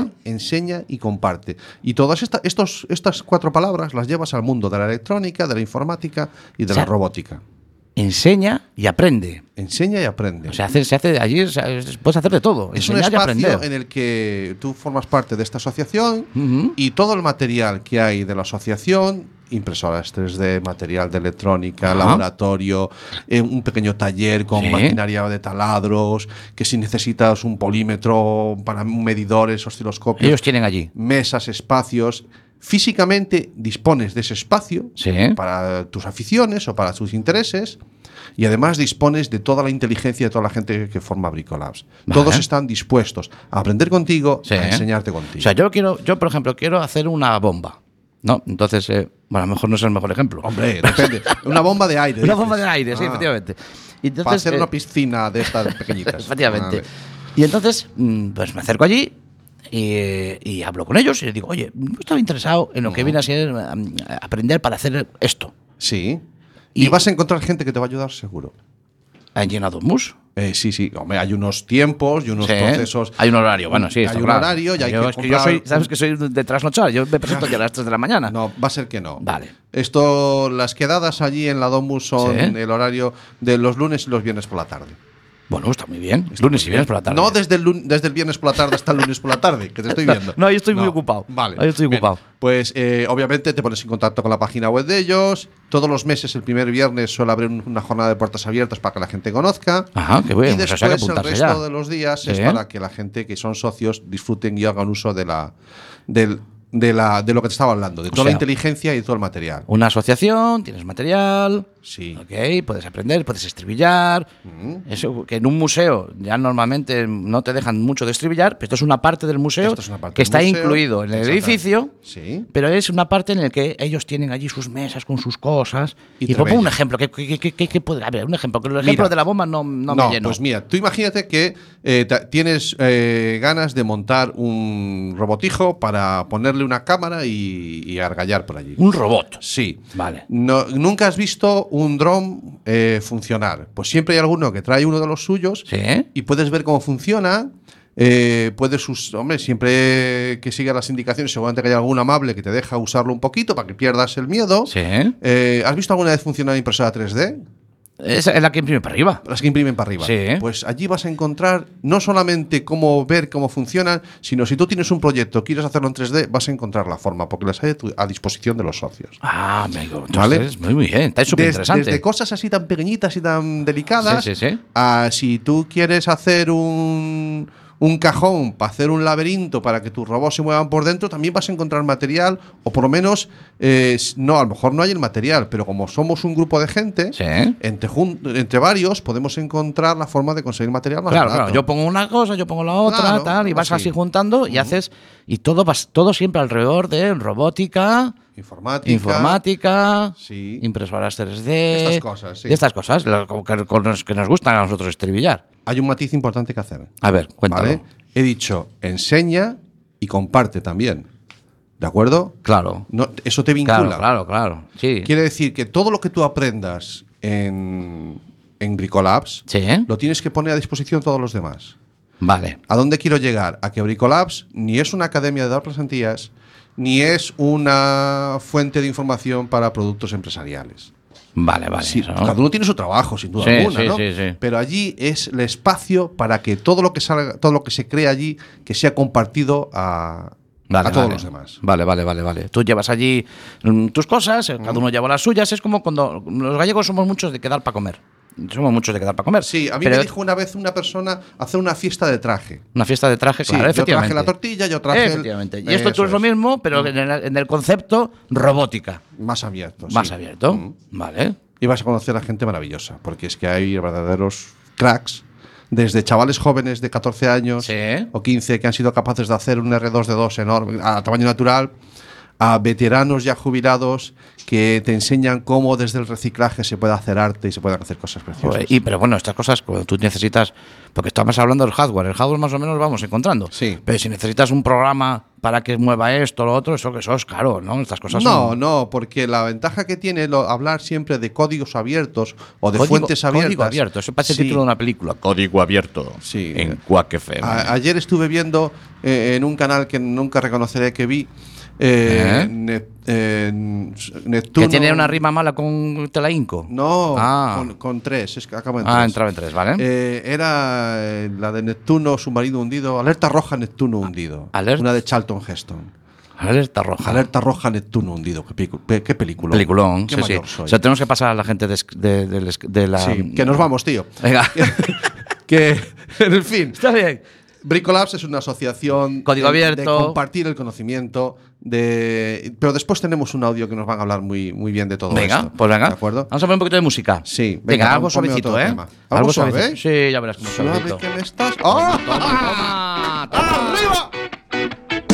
[SPEAKER 5] aprende, enseña y comparte. Y todas esta- estos, estas cuatro palabras las llevas al mundo de la electrónica, de la informática y de
[SPEAKER 6] O sea,
[SPEAKER 5] la robótica.
[SPEAKER 6] enseña y aprende.
[SPEAKER 5] Enseña y aprende.
[SPEAKER 6] O sea, hace- se hace allí, o sea, es- puedes hacer de todo.
[SPEAKER 5] Es un
[SPEAKER 6] enseñar y
[SPEAKER 5] espacio
[SPEAKER 6] aprender.
[SPEAKER 5] en el que tú formas parte de esta asociación
[SPEAKER 6] Ujú.
[SPEAKER 5] y todo el material que hay de la asociación, impresoras 3D, material de electrónica,
[SPEAKER 6] Ajá.
[SPEAKER 5] laboratorio, eh, un pequeño taller con
[SPEAKER 6] Sí.
[SPEAKER 5] maquinaria de taladros, que si necesitas un polímetro para medidores, osciloscopios,
[SPEAKER 6] Ellos tienen allí.
[SPEAKER 5] mesas, espacios. Físicamente dispones de ese espacio
[SPEAKER 6] Sí.
[SPEAKER 5] para tus aficiones o para tus intereses y además dispones de toda la inteligencia de toda la gente que forma Bricolabs.
[SPEAKER 6] Vale.
[SPEAKER 5] Todos están dispuestos a aprender contigo,
[SPEAKER 6] Sí.
[SPEAKER 5] a enseñarte contigo.
[SPEAKER 6] O sea, yo quiero, yo por ejemplo, quiero hacer una bomba. ¿No? Entonces, eh, bueno, a lo mejor no es el mejor ejemplo.
[SPEAKER 5] Hombre, depende. Una bomba de aire.
[SPEAKER 6] Una
[SPEAKER 5] dices.
[SPEAKER 6] bomba de aire, sí,
[SPEAKER 5] Ah,
[SPEAKER 6] efectivamente. Y entonces,
[SPEAKER 5] para hacer
[SPEAKER 6] eh,
[SPEAKER 5] una piscina de estas pequeñitas. Ah,
[SPEAKER 6] Efectivamente.
[SPEAKER 5] Vale.
[SPEAKER 6] Y entonces, mm, pues me acerco allí y, eh, y hablo con ellos y les digo, oye, yo estaba interesado en lo que viene a ser mm, aprender para hacer esto.
[SPEAKER 5] Sí. Y,
[SPEAKER 6] Y-
[SPEAKER 5] vas a encontrar gente que te va a ayudar seguro.
[SPEAKER 6] ¿Han llenado mus?
[SPEAKER 5] Eh, sí, sí. Hombre, hay unos tiempos y unos
[SPEAKER 6] Sí,
[SPEAKER 5] procesos.
[SPEAKER 6] Hay un horario, bueno, sí. está
[SPEAKER 5] Hay un
[SPEAKER 6] claro.
[SPEAKER 5] horario y hay
[SPEAKER 6] yo,
[SPEAKER 5] que
[SPEAKER 6] es yo
[SPEAKER 5] comprar-
[SPEAKER 6] soy, sabes que soy de trasnochar, yo me presento ya a las 3 de la mañana.
[SPEAKER 5] No, va a ser que no.
[SPEAKER 6] Vale.
[SPEAKER 5] Esto, las quedadas allí en la Domus son
[SPEAKER 6] Sí.
[SPEAKER 5] el horario de los lunes y los viernes por la tarde.
[SPEAKER 6] Bueno, está muy bien. Es lunes y viernes por la tarde.
[SPEAKER 5] No desde el, lun- desde el viernes por la tarde hasta el lunes por la tarde, que te estoy viendo.
[SPEAKER 6] No, yo estoy muy ocupado.
[SPEAKER 5] Vale.
[SPEAKER 6] Yo estoy
[SPEAKER 5] Bien,
[SPEAKER 6] ocupado.
[SPEAKER 5] pues eh, obviamente te pones en contacto con la página web de ellos. Todos los meses, el primer viernes, suele haber un- una jornada de puertas abiertas para que la gente conozca.
[SPEAKER 6] Ajá, qué bueno.
[SPEAKER 5] y
[SPEAKER 6] pues
[SPEAKER 5] después
[SPEAKER 6] eso hay que
[SPEAKER 5] el
[SPEAKER 6] apuntarse
[SPEAKER 5] resto
[SPEAKER 6] ya.
[SPEAKER 5] de los días es
[SPEAKER 6] Sí.
[SPEAKER 5] para que la gente que son socios disfruten y hagan uso de la del, de la de lo que te estaba hablando, de toda la
[SPEAKER 6] sea,
[SPEAKER 5] inteligencia y todo el material.
[SPEAKER 6] Una asociación, tienes material.
[SPEAKER 5] Sí. Mm.
[SPEAKER 6] Ok, puedes aprender, puedes estribillar. Eso, que en un museo ya normalmente no te dejan mucho de estribillar, pero esto es una parte del museo
[SPEAKER 5] Esto es una parte
[SPEAKER 6] que
[SPEAKER 5] del
[SPEAKER 6] está
[SPEAKER 5] museo.
[SPEAKER 6] incluido en el
[SPEAKER 5] Exactamente.
[SPEAKER 6] edificio.
[SPEAKER 5] Sí.
[SPEAKER 6] Pero es una parte en la que ellos tienen allí sus mesas con sus cosas.
[SPEAKER 5] Y
[SPEAKER 6] Y, propongo un
[SPEAKER 5] trebellas.
[SPEAKER 6] ejemplo. Que, que- que- que- que puede- a ver, un ejemplo. Que el ejemplo
[SPEAKER 5] Mira.
[SPEAKER 6] de la bomba no, no, me lleno.
[SPEAKER 5] pues mira, tú imagínate que eh, ta- tienes eh, ganas de montar un robotijo para ponerle una cámara y, y argallar por allí.
[SPEAKER 6] un robot.
[SPEAKER 5] Sí.
[SPEAKER 6] Vale.
[SPEAKER 5] No- nunca has visto un dron eh, funcionar. Pues siempre hay alguno que trae uno de los suyos
[SPEAKER 6] Sí.
[SPEAKER 5] y puedes ver cómo funciona. eh, puedes us- hombre, siempre que sigas las indicaciones, seguramente que hay algún amable que te deja usarlo un poquito para que pierdas el miedo.
[SPEAKER 6] Sí.
[SPEAKER 5] Eh, ¿Has visto alguna vez funcionar impresora 3D?
[SPEAKER 6] Esa es la que imprime para arriba.
[SPEAKER 5] las que imprimen para arriba.
[SPEAKER 6] Sí.
[SPEAKER 5] Pues allí vas a encontrar no solamente cómo ver cómo funcionan, sino si tú tienes un proyecto, quieres hacerlo en 3D, vas a encontrar la forma, porque las hay a, tu- a disposición de los socios.
[SPEAKER 6] Ah, amigo.
[SPEAKER 5] Vale.
[SPEAKER 6] Entonces, muy, muy bien. Está súper
[SPEAKER 5] Des-
[SPEAKER 6] interesante.
[SPEAKER 5] desde cosas así tan pequeñitas y tan delicadas,
[SPEAKER 6] Sí, sí, sí.
[SPEAKER 5] a si tú quieres hacer un, un cajón para hacer un laberinto para que tus robots se muevan por dentro, también vas a encontrar material, o por lo menos, eh, s- no, a lo mejor no hay el material, pero como somos un grupo de gente,
[SPEAKER 6] Sí.
[SPEAKER 5] entre, jun- entre varios podemos encontrar la forma de conseguir material más
[SPEAKER 6] Claro,
[SPEAKER 5] barato.
[SPEAKER 6] claro. Yo pongo una cosa, yo pongo la otra,
[SPEAKER 5] Claro,
[SPEAKER 6] tal, y vas
[SPEAKER 5] así.
[SPEAKER 6] así juntando y haces. Y todo, vas- todo siempre alrededor de robótica,
[SPEAKER 5] Informática.
[SPEAKER 6] informática,
[SPEAKER 5] Sí.
[SPEAKER 6] impresoras 3D.
[SPEAKER 5] Estas cosas, sí.
[SPEAKER 6] De estas cosas, las co- que, con los que nos gustan a nosotros estribillar.
[SPEAKER 5] Hay un matiz importante que hacer.
[SPEAKER 6] A ver, cuéntalo.
[SPEAKER 5] ¿Vale? He dicho, enseña y comparte también. ¿De acuerdo?
[SPEAKER 6] Claro.
[SPEAKER 5] No, eso te vincula.
[SPEAKER 6] Claro, claro, claro. Sí.
[SPEAKER 5] Quiere decir que todo lo que tú aprendas en, en Bricolabs
[SPEAKER 6] Sí, ¿eh?
[SPEAKER 5] lo tienes que poner a disposición de todos los demás.
[SPEAKER 6] Vale.
[SPEAKER 5] ¿A dónde quiero llegar? A que Bricolabs ni es una academia de dar presentías, ni es una fuente de información para productos empresariales.
[SPEAKER 6] Vale, vale.
[SPEAKER 5] Sí,
[SPEAKER 6] eso, ¿no?
[SPEAKER 5] Cada uno tiene su trabajo, sin duda
[SPEAKER 6] Sí,
[SPEAKER 5] alguna,
[SPEAKER 6] sí,
[SPEAKER 5] ¿no?
[SPEAKER 6] sí, sí.
[SPEAKER 5] Pero allí es el espacio para que todo lo que salga, todo lo que se crea allí, que sea compartido a,
[SPEAKER 6] Vale,
[SPEAKER 5] a todos
[SPEAKER 6] vale.
[SPEAKER 5] los demás.
[SPEAKER 6] Vale, vale, vale, vale. Tú llevas allí mm, tus cosas, eh, cada uno lleva las suyas. Es como cuando los gallegos somos muchos de quedar para comer. Somos muchos de quedar para comer.
[SPEAKER 5] Sí, a mí
[SPEAKER 6] Pero
[SPEAKER 5] me dijo una vez una persona hacer una fiesta de traje.
[SPEAKER 6] Una fiesta de traje,
[SPEAKER 5] Sí,
[SPEAKER 6] claro,
[SPEAKER 5] yo
[SPEAKER 6] efectivamente.
[SPEAKER 5] traje la tortilla, yo traje el-
[SPEAKER 6] Efectivamente. Y esto
[SPEAKER 5] Eso
[SPEAKER 6] tú es lo
[SPEAKER 5] es. Mm.
[SPEAKER 6] mismo, pero en el, en el concepto robótica.
[SPEAKER 5] Más abierto.
[SPEAKER 6] Más
[SPEAKER 5] sí.
[SPEAKER 6] abierto.
[SPEAKER 5] Mm.
[SPEAKER 6] Vale.
[SPEAKER 5] Y vas a conocer a gente maravillosa, porque es que hay verdaderos cracks. Desde chavales jóvenes de 14 años
[SPEAKER 6] Sí.
[SPEAKER 5] o 15 que han sido capaces de hacer un R2D2 enorme a tamaño natural, a veteranos ya jubilados que te enseñan cómo desde el reciclaje se puede hacer arte y se pueden hacer cosas preciosas.
[SPEAKER 6] Joder, y, pero bueno, estas cosas cuando tú necesitas, porque estamos hablando del hardware, el hardware más o menos lo vamos encontrando.
[SPEAKER 5] Sí.
[SPEAKER 6] Pero si necesitas un programa para que mueva esto, lo otro, eso que eso es caro, ¿no? Estas cosas
[SPEAKER 5] No,
[SPEAKER 6] son-
[SPEAKER 5] no, porque la ventaja que tiene lo- hablar siempre de códigos abiertos o de
[SPEAKER 6] Código-
[SPEAKER 5] fuentes abiertas.
[SPEAKER 6] Código abierto, eso parece
[SPEAKER 5] Sí.
[SPEAKER 6] el título de una película. Código abierto.
[SPEAKER 5] Sí.
[SPEAKER 6] En Quack FM.
[SPEAKER 5] A- ayer estuve viendo eh, en un canal que nunca reconoceré que vi. Eh,
[SPEAKER 6] ¿Eh?
[SPEAKER 5] Ne- eh, Neptuno-
[SPEAKER 6] que tiene una rima mala con Telainco.
[SPEAKER 5] No,
[SPEAKER 6] Ah.
[SPEAKER 5] con, con tres, es que acabo en
[SPEAKER 6] Ah,
[SPEAKER 5] tres.
[SPEAKER 6] entraba en tres, ¿vale?
[SPEAKER 5] Eh, era eh, la de Neptuno, submarino hundido. Alerta roja, Neptuno hundido.
[SPEAKER 6] Ah, alert-
[SPEAKER 5] Una de Charlton Heston.
[SPEAKER 6] Alerta roja.
[SPEAKER 5] Alerta roja, Neptuno hundido. Qué, picu- pe- qué película.
[SPEAKER 6] Peliculón,
[SPEAKER 5] Qué
[SPEAKER 6] sí, sí.
[SPEAKER 5] mayor soy.
[SPEAKER 6] O sea, tenemos que pasar a la gente de, esc- de- del esc- de la.
[SPEAKER 5] Sí, que nos vamos, tío.
[SPEAKER 6] Venga.
[SPEAKER 5] que, en fin,
[SPEAKER 6] Está bien.
[SPEAKER 5] Bricolabs es una asociación
[SPEAKER 6] Código
[SPEAKER 5] de- de
[SPEAKER 6] abierto.
[SPEAKER 5] compartir el conocimiento. De, pero después tenemos un audio que nos van a hablar muy, muy bien de todo
[SPEAKER 6] Venga,
[SPEAKER 5] esto.
[SPEAKER 6] pues venga.
[SPEAKER 5] ¿De acuerdo?
[SPEAKER 6] Vamos a poner un poquito de música.
[SPEAKER 5] Sí,
[SPEAKER 6] Venga,
[SPEAKER 5] venga,
[SPEAKER 6] algo
[SPEAKER 5] pon- ponme
[SPEAKER 6] suavecito,
[SPEAKER 5] otro
[SPEAKER 6] ¿eh?
[SPEAKER 5] tema. ¿Algo suave?
[SPEAKER 6] suavecito. Sí, ya verás cómo
[SPEAKER 5] Suave
[SPEAKER 6] suavecito.
[SPEAKER 5] que me estás. ¡Ah!
[SPEAKER 6] Ah,
[SPEAKER 5] ¡Arriba!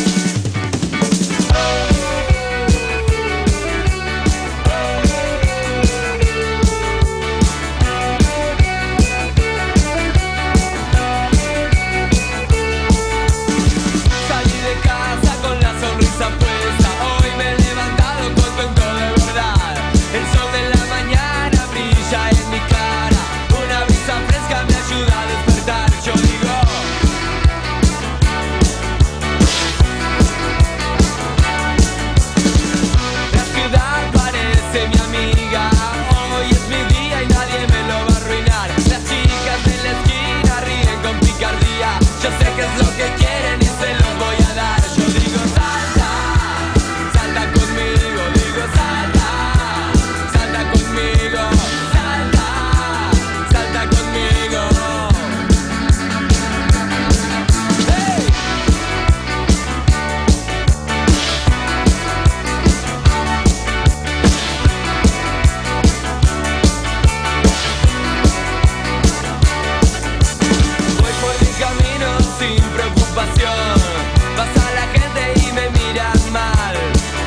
[SPEAKER 1] Salí de casa con la sonrisa puesta. Hoy me he levantado contento de verdad. El sol de la mañana brilla en mi cara. Una brisa fresca me ayuda tu preocupación. Pasa la gente y me miras mal,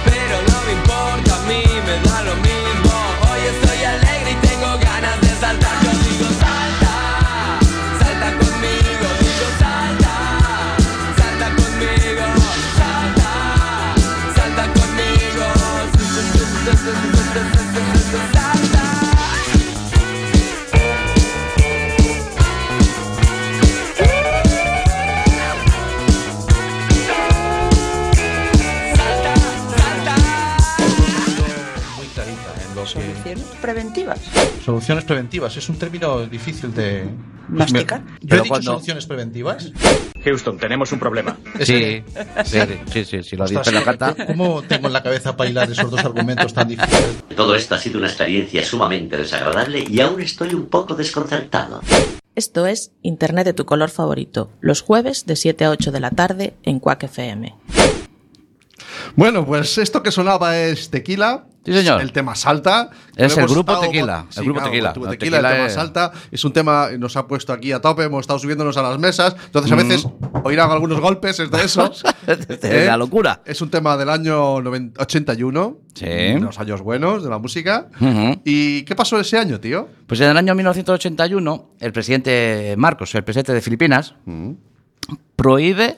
[SPEAKER 1] pero no me importa, a mí me da lo mismo. Hoy estoy alegre y tengo ganas de saltar. Yo digo salta, salta conmigo. Digo salta, salta conmigo. Salta, salta conmigo. Salta. Salta, salta.
[SPEAKER 11] muy clarita en lo que...
[SPEAKER 12] preventivas.
[SPEAKER 11] Soluciones preventivas. Es un término difícil de...
[SPEAKER 12] Masticar.
[SPEAKER 11] Yo
[SPEAKER 6] Pero
[SPEAKER 11] he dicho
[SPEAKER 6] cuando-
[SPEAKER 11] soluciones preventivas.
[SPEAKER 10] Houston, tenemos un problema.
[SPEAKER 6] Sí, sí, sí, sí, sí, lo dice en la carta.
[SPEAKER 11] ¿Cómo tengo en la cabeza para hilar esos dos argumentos tan difíciles?
[SPEAKER 13] Todo esto ha sido una experiencia sumamente desagradable y aún estoy un poco desconcertado.
[SPEAKER 4] Esto es Internet de tu color favorito, los jueves de 7 a 8 de la tarde en Quack FM.
[SPEAKER 5] Bueno, pues esto que sonaba es Tequila. El tema Salta. Lo
[SPEAKER 6] Es el
[SPEAKER 5] hemos
[SPEAKER 6] grupo
[SPEAKER 5] estado-
[SPEAKER 6] Tequila, el grupo Tequila.
[SPEAKER 5] el grupo
[SPEAKER 6] No,
[SPEAKER 5] Tequila,
[SPEAKER 6] Tequila
[SPEAKER 5] el tema
[SPEAKER 6] es-
[SPEAKER 5] Salta. Es un tema que nos ha puesto aquí a tope, hemos estado subiéndonos a las mesas. Entonces, a
[SPEAKER 6] Mm.
[SPEAKER 5] veces oirán algunos golpes, es de esos. ¿eh?
[SPEAKER 6] De la locura.
[SPEAKER 5] Es un tema del año 90 81.
[SPEAKER 6] Sí.
[SPEAKER 5] De los años buenos de la música.
[SPEAKER 6] Ujú.
[SPEAKER 5] ¿Y qué pasó ese año, tío?
[SPEAKER 6] Pues en el año 1981, el presidente Marcos, el presidente de Filipinas,
[SPEAKER 5] Mm.
[SPEAKER 6] prohíbe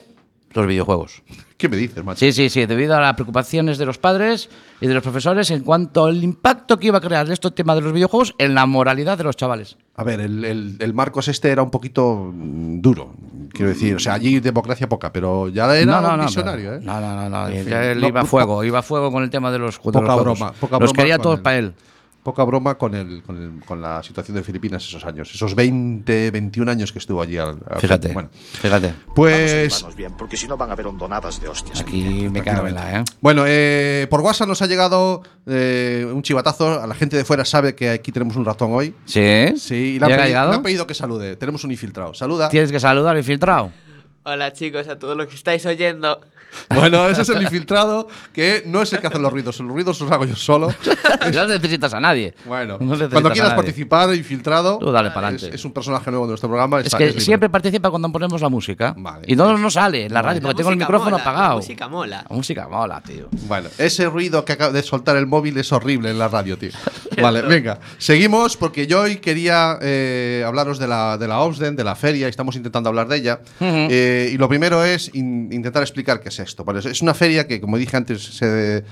[SPEAKER 6] los videojuegos.
[SPEAKER 5] ¿Qué me dices, macho?
[SPEAKER 6] Sí, sí, sí, debido a las preocupaciones de los padres y de los profesores en cuanto al impacto que iba a crear este tema de los videojuegos en la moralidad de los chavales.
[SPEAKER 5] A ver, el, el- el Marcos este era un poquito mm, duro. Quiero decir, o sea, allí democracia poca, pero ya era un visionario,
[SPEAKER 6] pero-
[SPEAKER 5] ¿eh?
[SPEAKER 6] No, no, no, no,
[SPEAKER 5] En fin,
[SPEAKER 6] ya él
[SPEAKER 5] no,
[SPEAKER 6] iba a
[SPEAKER 5] po-
[SPEAKER 6] fuego, iba a fuego con el tema de los, de los
[SPEAKER 5] Poca
[SPEAKER 6] juegos.
[SPEAKER 5] broma, poca
[SPEAKER 6] los
[SPEAKER 5] broma
[SPEAKER 6] quería
[SPEAKER 5] con
[SPEAKER 6] todos
[SPEAKER 5] el-
[SPEAKER 6] para él.
[SPEAKER 5] Poca broma con, el, con, el- con la situación de Filipinas esos años, esos 20, 21 años que estuvo allí. al- al-
[SPEAKER 6] Fíjate,
[SPEAKER 5] Bueno,
[SPEAKER 6] fíjate.
[SPEAKER 5] pues
[SPEAKER 10] Llevarnos bien, porque si no van a haber hondonadas de hostias.
[SPEAKER 6] Aquí me cago en la, ¿eh?
[SPEAKER 5] Bueno, eh, por WhatsApp nos ha llegado eh, un chivatazo. A la gente de fuera sabe que aquí tenemos un ratón hoy.
[SPEAKER 6] Sí.
[SPEAKER 5] Sí, y
[SPEAKER 6] ¿Ya
[SPEAKER 5] le han, pedi-
[SPEAKER 6] ha
[SPEAKER 5] le
[SPEAKER 6] llegado?
[SPEAKER 5] han pedido que salude. Tenemos un infiltrado. Saluda.
[SPEAKER 6] Tienes que saludar al infiltrado.
[SPEAKER 14] Hola chicos, a todos los que estáis oyendo.
[SPEAKER 5] Bueno, ese es el infiltrado que no es el que hace los ruidos. Los ruidos los hago yo solo.
[SPEAKER 6] No necesitas a nadie.
[SPEAKER 5] Bueno,
[SPEAKER 6] No necesitas
[SPEAKER 5] cuando
[SPEAKER 6] a
[SPEAKER 5] quieras
[SPEAKER 6] nadie.
[SPEAKER 5] participar, infiltrado.
[SPEAKER 6] Tú dale para
[SPEAKER 5] es,
[SPEAKER 6] adelante.
[SPEAKER 5] es un personaje nuevo de nuestro programa.
[SPEAKER 6] Es
[SPEAKER 5] está-
[SPEAKER 6] que
[SPEAKER 5] libre.
[SPEAKER 6] siempre participa cuando ponemos la música. Y no no sale en la radio porque tengo el
[SPEAKER 14] música
[SPEAKER 6] micrófono
[SPEAKER 14] mola, La
[SPEAKER 6] apagado.
[SPEAKER 14] música mola.
[SPEAKER 6] La música mola, tío.
[SPEAKER 5] Bueno, ese ruido que acaba de soltar el móvil es horrible en la radio, tío. Vale, venga, seguimos porque yo hoy quería eh, hablaros de la, de la OMSDEN, de la feria, y estamos intentando hablar de ella.
[SPEAKER 6] Ujú.
[SPEAKER 5] Eh, y lo primero es in- intentar explicar qué es esto. Vale, es- es una feria que, como dije antes, se,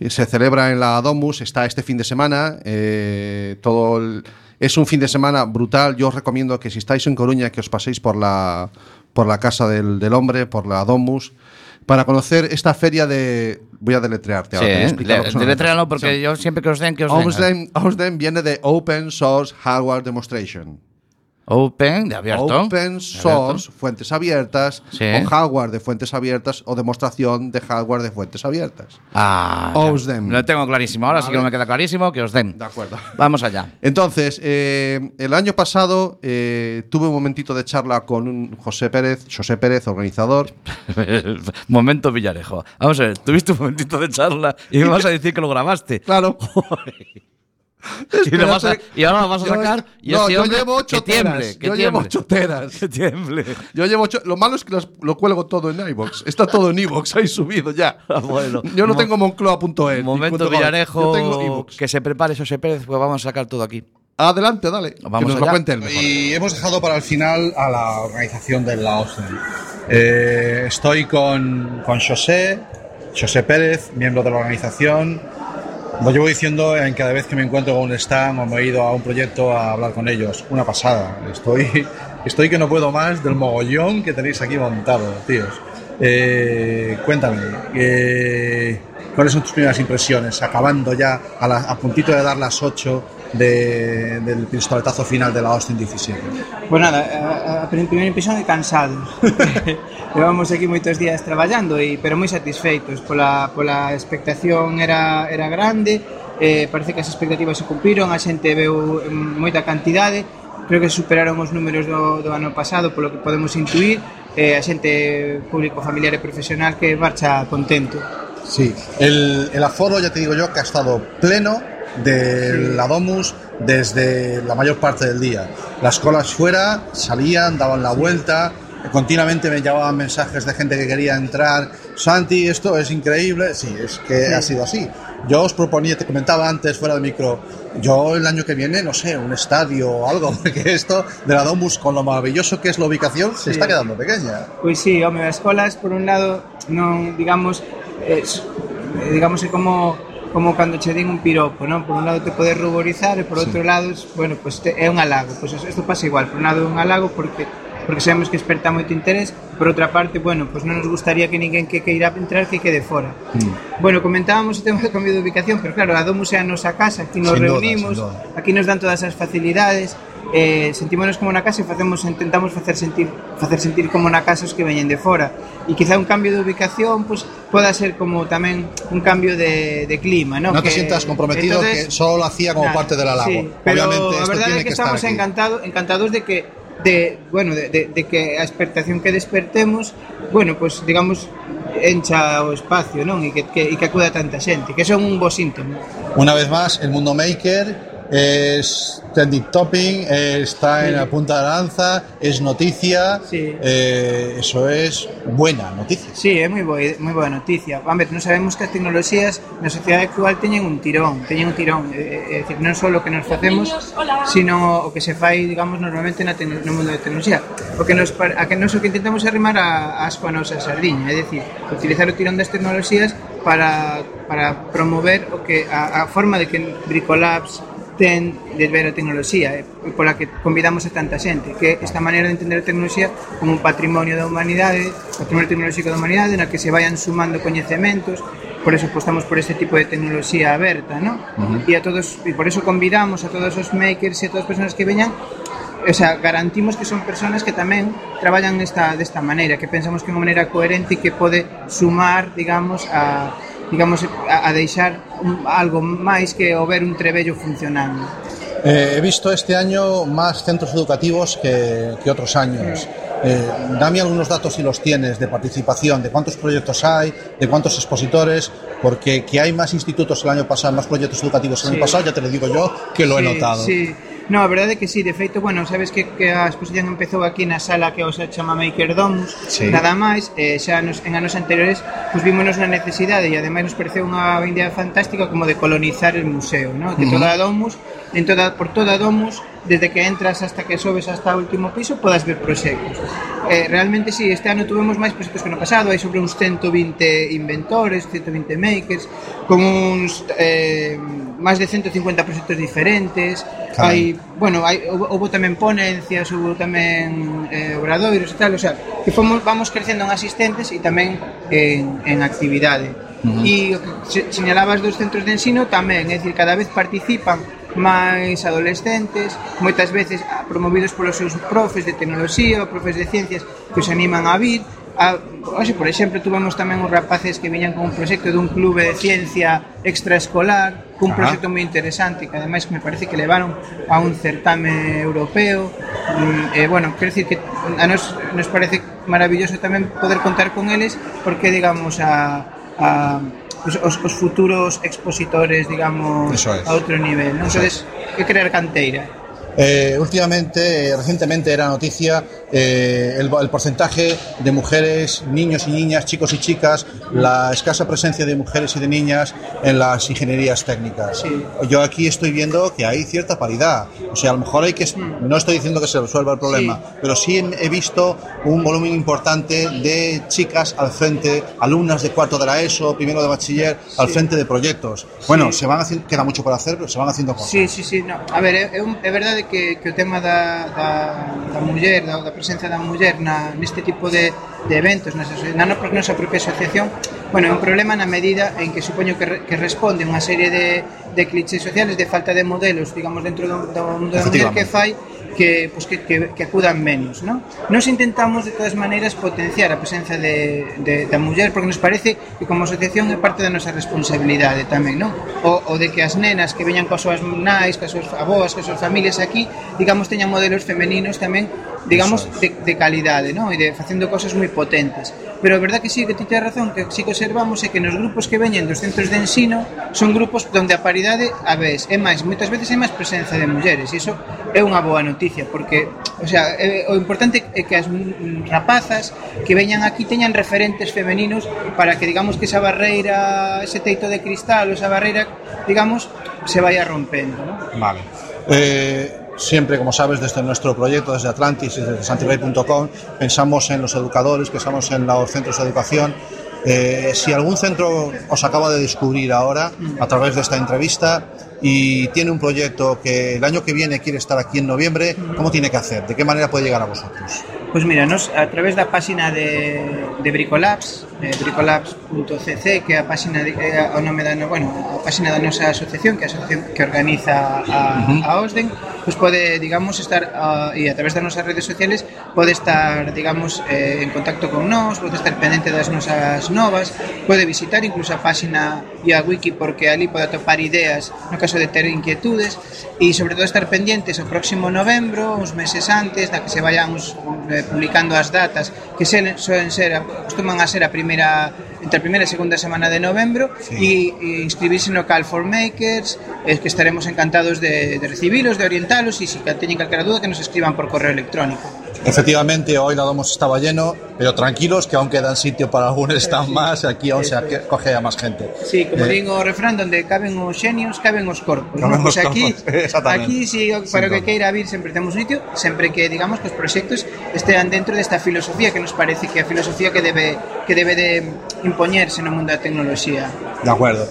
[SPEAKER 5] se celebra en la Domus, está este fin de semana, eh, todo el- Es un fin de semana brutal. Yo os recomiendo que si estáis en Coruña, que os paséis por la, por la Casa del, del Hombre, por la Domus, para conocer esta feria de... Voy a deletrearte
[SPEAKER 6] Sí,
[SPEAKER 5] ahora. te voy a
[SPEAKER 6] ¿eh?
[SPEAKER 5] explicar lo que
[SPEAKER 6] Le-
[SPEAKER 5] es una
[SPEAKER 6] deletréalo porque yo siempre que os den, que os den.
[SPEAKER 5] Ausdem, Ausdem viene de Open Source Hardware Demonstration.
[SPEAKER 6] Open, de abierto.
[SPEAKER 5] Open Source, fuentes abiertas,
[SPEAKER 6] Sí.
[SPEAKER 5] o hardware de fuentes abiertas, o demostración de hardware de fuentes abiertas.
[SPEAKER 6] Ah, ya.
[SPEAKER 5] Ausdem.
[SPEAKER 6] Lo tengo clarísimo. Ahora sí que no me queda clarísimo que os den.
[SPEAKER 5] De acuerdo.
[SPEAKER 6] Vamos allá.
[SPEAKER 5] Entonces, eh, el año pasado eh, tuve un momentito de charla con un José Pérez, José Pérez, organizador.
[SPEAKER 6] Momento Villarejo. Vamos a ver, tuviste un momentito de charla y me vas a decir que lo grabaste.
[SPEAKER 5] Claro.
[SPEAKER 6] y, lo vas a- y ahora lo vas a
[SPEAKER 5] Yo-
[SPEAKER 6] sacar. y
[SPEAKER 5] no,
[SPEAKER 6] este
[SPEAKER 5] yo
[SPEAKER 6] hombre
[SPEAKER 5] llevo ocho
[SPEAKER 6] que tiemble,
[SPEAKER 5] teras.
[SPEAKER 6] que
[SPEAKER 5] yo llevo
[SPEAKER 6] tiemble.
[SPEAKER 5] ocho teras. Eh,
[SPEAKER 6] Que tiemble.
[SPEAKER 5] Yo llevo ocho- Lo malo es que los- lo cuelgo todo en iBox. Está todo en iBox, ahí subido ya.
[SPEAKER 6] Ah, bueno.
[SPEAKER 5] yo no
[SPEAKER 6] Mo-
[SPEAKER 5] tengo e, moncloa.es.
[SPEAKER 6] Momento
[SPEAKER 5] Yo tengo
[SPEAKER 6] Villarejo.
[SPEAKER 5] iVoox.
[SPEAKER 6] Que se prepare José Pérez, porque vamos a sacar todo aquí.
[SPEAKER 5] Adelante, dale.
[SPEAKER 6] Vamos
[SPEAKER 5] que nos
[SPEAKER 6] allá.
[SPEAKER 5] lo cuente él mejor.
[SPEAKER 11] Y hemos dejado para el final a la organización de la OSCE. Eh, estoy con, con José, José Pérez, miembro de la organización. Lo llevo diciendo en cada vez que me encuentro con un stand o me he ido a un proyecto a hablar con ellos. Una pasada. Estoy, estoy que no puedo más del mogollón que tenéis aquí montado, tíos. Eh, cuéntame, eh, ¿cuáles son tus primeras impresiones? Acabando ya a, la- a puntito de dar las 8 de- del pistoletazo final de la Austin 17.
[SPEAKER 15] Pues nada, eh, a, a- a primeira impresión é cansado. Levamos aquí moitos días traballando e pero moi satisfeitos pola pola expectación era era grande, eh parece que as expectativas se cumpriron, a xente veu em, moita cantidade, creo que superaron os números do, do ano pasado, polo que podemos intuir, eh, a xente público, familiar e profesional que marcha contento.
[SPEAKER 11] Sí, el, el aforo ya te digo yo que ha estado pleno de la Domus desde la mayor parte del día. Las colas fuera salían, daban la vuelta, continuamente me llevaban mensajes de gente que quería entrar. Santi, esto es increíble. Sí, es que
[SPEAKER 12] Sí.
[SPEAKER 11] ha sido así. Yo os proponía, te comentaba antes fuera de micro, yo el año que viene, no sé, un estadio o algo, porque esto de la Domus, con lo maravilloso que es la ubicación, se
[SPEAKER 15] Sí.
[SPEAKER 11] está quedando pequeña.
[SPEAKER 15] Pois Pues sí, home, as colas por un lado non, digamos, eh, s- eh, digamos é como como cando che din un piropo, non? Por un lado te podes ruborizar e por outro lado, es- bueno, pois te, é un halago. Pois isto isto pasa igual, por un lado é un halago porque porque sabemos que desperta moito interés, por outra parte, bueno, pois non nos gustaría que ninguén que queira entrar que quede fora.
[SPEAKER 11] Mm.
[SPEAKER 15] Bueno, comentábamos o tema do cambio de ubicación, pero claro, a Domus é a nosa casa, aquí nos
[SPEAKER 11] Sin duda,
[SPEAKER 15] reunimos,
[SPEAKER 11] sin duda.
[SPEAKER 15] aquí nos dan todas as facilidades, eh, sentímonos como na casa e facemos, intentamos facer sentir, facer sentir como na casa os que veñen de fora. E quizá un cambio de ubicación pues, poda ser como tamén un cambio de, de clima.
[SPEAKER 11] No,
[SPEAKER 15] No,
[SPEAKER 11] te sientas comprometido, que solo lo hacía como
[SPEAKER 15] Nada,
[SPEAKER 11] parte del halago.
[SPEAKER 15] sí, pero
[SPEAKER 11] Obviamente,
[SPEAKER 15] a
[SPEAKER 11] esto
[SPEAKER 15] verdade
[SPEAKER 11] tiene
[SPEAKER 15] é que,
[SPEAKER 11] que estar
[SPEAKER 15] estamos
[SPEAKER 11] aquí.
[SPEAKER 15] encantado, encantados de que de, bueno, de, de, de que a expectación que despertemos, bueno, pues digamos encha o espacio, non? E que, que, e que acuda tanta xente, que eso é un bo síntoma.
[SPEAKER 11] Una vez más, el mundo maker es trending topping, eh, está en
[SPEAKER 15] Sí.
[SPEAKER 11] la punta de la lanza, es noticia.
[SPEAKER 15] Sí.
[SPEAKER 11] eh, eso es buena noticia.
[SPEAKER 15] Sí, é moi boa, moi boa noticia. A ver, non sabemos que as tecnoloxías na sociedade actual teñen un tirón, teñen un tirón, é, é dicir, non só o que nos facemos, sino o que se fai, digamos, normalmente na tecno- no mundo da tecnoloxía. O que nos par- a que nos o que intentamos é arrimar a, as coa nosa sardiña, é dicir, utilizar o tirón das tecnoloxías para, para promover o que a, a forma de que Bricolabs ten de ver a tecnoloxía e pola que convidamos a tanta xente que esta maneira de entender a tecnoloxía como un patrimonio da humanidade patrimonio tecnolóxico da humanidade na que se vayan sumando coñecementos por eso apostamos por este tipo de tecnoloxía aberta ¿no?
[SPEAKER 12] Ujú.
[SPEAKER 15] e a todos e por eso convidamos a todos os makers e a todas as persoas que veñan o sea, garantimos que son personas que tamén traballan nesta desta maneira, que pensamos que é unha maneira coherente e que pode sumar, digamos, a digamos a, a deixar un, algo máis que o ver un trebello funcionando.
[SPEAKER 11] Eh, he visto este año más centros educativos que, que otros años. Eh, dame algunos datos si los tienes de participación, de cuántos proyectos hay, de cuántos expositores, porque que hay más institutos el año pasado, más proyectos educativos el
[SPEAKER 15] Sí.
[SPEAKER 11] año pasado, ya te lo digo yo, que lo he
[SPEAKER 15] Sí,
[SPEAKER 11] notado.
[SPEAKER 15] Sí. No, a verdade é que sí, de feito, bueno, sabes que, que a exposición empezou aquí na sala que os chama Maker Domus,
[SPEAKER 11] Sí.
[SPEAKER 15] nada máis, eh, xa nos, en anos anteriores pues, vímonos na necesidade e ademais nos pareceu unha idea fantástica como de colonizar el museo, ¿no? que
[SPEAKER 12] Ujú.
[SPEAKER 15] toda a Domus, en toda, por toda a Domus, desde que entras hasta que sobes hasta o último piso, podas ver proxectos. Eh, realmente sí, este ano tuvemos máis proxectos que no pasado, hai sobre uns 120 inventores, 120 makers, con uns eh, máis de 150 proxectos diferentes.
[SPEAKER 12] Carai.
[SPEAKER 15] Hai, bueno, hai houbo, houbo tamén ponencias, houbo tamén eh, obradoiros e tal, o sea, que fomos vamos crecendo en asistentes e tamén en, en actividade.
[SPEAKER 12] Ujú.
[SPEAKER 15] E o que se- señalabas dos centros de ensino tamén, é dicir, cada vez participan máis adolescentes, moitas veces ah, promovidos polos seus profes de tecnoloxía ou profes de ciencias que os animan a vir. A, hoxe, por exemplo, tuvemos tamén uns rapaces que viñan con un proxecto dun clube de ciencia extraescolar, cun
[SPEAKER 12] Ajá.
[SPEAKER 15] proxecto moi interesante, que ademais me parece que levaron a un certame europeo. Mm, eh, bueno, quero dicir que a nos, nos parece maravilloso tamén poder contar con eles, porque, digamos, a, a os, os, os futuros expositores, digamos,
[SPEAKER 11] Eso es.
[SPEAKER 15] a outro nivel. ¿no?
[SPEAKER 11] Eso
[SPEAKER 15] Entonces, que crear canteira.
[SPEAKER 11] Eh, últimamente, eh, recientemente era noticia eh, el, el porcentaje de mujeres, niños y niñas, chicos y chicas, la escasa presencia de mujeres y de niñas en las ingenierías técnicas. Yo aquí estoy viendo que hay cierta paridad. O sea, a lo mejor hay que,
[SPEAKER 15] Mm.
[SPEAKER 11] no estoy diciendo que se resuelva el problema, pero sí he visto un volumen importante de chicas al frente, alumnas de cuarto de la E ESO, primero de bachiller, al frente de proyectos. Bueno, se van haciendo, queda mucho por hacer, pero se van haciendo cosas.
[SPEAKER 15] Sí, sí, sí, no. A ver, é, é, un, é verdade que, que o tema da, da, da muller, da, da presencia da muller na, neste tipo de, de eventos, na, asoci- na no- nosa propia asociación, bueno, é un problema na medida en que supoño que, re, que responde a unha serie de, de clichés sociales, de falta de modelos, digamos, dentro do, do mundo da muller que fai que, pues, que, que, que acudan menos, ¿no? Nos intentamos de todas maneiras potenciar a presencia de, de, da muller porque nos parece que como asociación é parte da nosa responsabilidade tamén, non? O, o de que as nenas que veñan coas súas nais, coas súas avós, coas súas familias aquí, digamos, teñan modelos femeninos tamén, digamos, de, de calidade, non? E de facendo cosas moi potentes. Pero a verdad que sí, que ti tens razón, que sí que observamos é que nos grupos que veñen dos centros de ensino son grupos donde a paridade, a ves, é máis, moitas veces hai máis presencia de mulleres, e iso é unha boa noticia porque o sea, é, o importante é que as mm, rapazas que veñan aquí teñan referentes femeninos para que digamos que esa barreira, ese teito de cristal, ou esa barreira, digamos, se vaya rompendo, ¿no?
[SPEAKER 11] Vale. Eh, siempre, como sabes, desde nuestro proyecto, desde Atlantis y desde santibay.com, pensamos en los educadores, pensamos en los centros de educación. Eh, si algún centro os acaba de descubrir ahora a través de esta entrevista y tiene un proyecto que el año que viene quiere estar aquí en noviembre, ¿cómo tiene que hacer? ¿De qué manera puede llegar a vosotros?
[SPEAKER 15] Pois Pues mira, nos a través da páxina de, de Bricolabs, eh, bricolabs.cc, que é a páxina de, eh, o nome da, no- bueno, a páxina da nosa asociación, que é a asociación que organiza
[SPEAKER 12] Ujú.
[SPEAKER 15] a, a OSDEN, pois pode, digamos, estar ah, e a través das nosas redes sociales pode estar, digamos, eh, en contacto con nós, pode estar pendente das nosas novas, pode visitar incluso a páxina e a wiki porque ali pode atopar ideas no caso de ter inquietudes e sobre todo estar pendientes ao próximo novembro, uns meses antes da que se vayan os, eh, publicando as datas que se, soen ser, costuman a ser a primeira entre a primeira e segunda semana de novembro e, e inscribirse no Call for Makers eh, que estaremos encantados de, de recibilos, de orientalos e se ca- teñen calquera duda que nos escriban por correo electrónico
[SPEAKER 11] Efectivamente, hoy la Domus estaba lleno, pero tranquilos que aún quedan sitio para algún stand más, aquí aún se ac- coge a más gente.
[SPEAKER 15] Sí, como
[SPEAKER 11] Eh,
[SPEAKER 15] digo o refrán, donde caben os xenios, caben os corpos.
[SPEAKER 11] Caben
[SPEAKER 15] non? Pois
[SPEAKER 11] os
[SPEAKER 15] aquí,
[SPEAKER 11] corpos, exactamente.
[SPEAKER 15] aquí si o- para o que queira vir sempre temos un sitio, sempre que digamos que os proxectos estean dentro desta filosofía que nos parece que é a filosofía que debe que debe de impoñerse no mundo da tecnoloxía.
[SPEAKER 11] De acuerdo.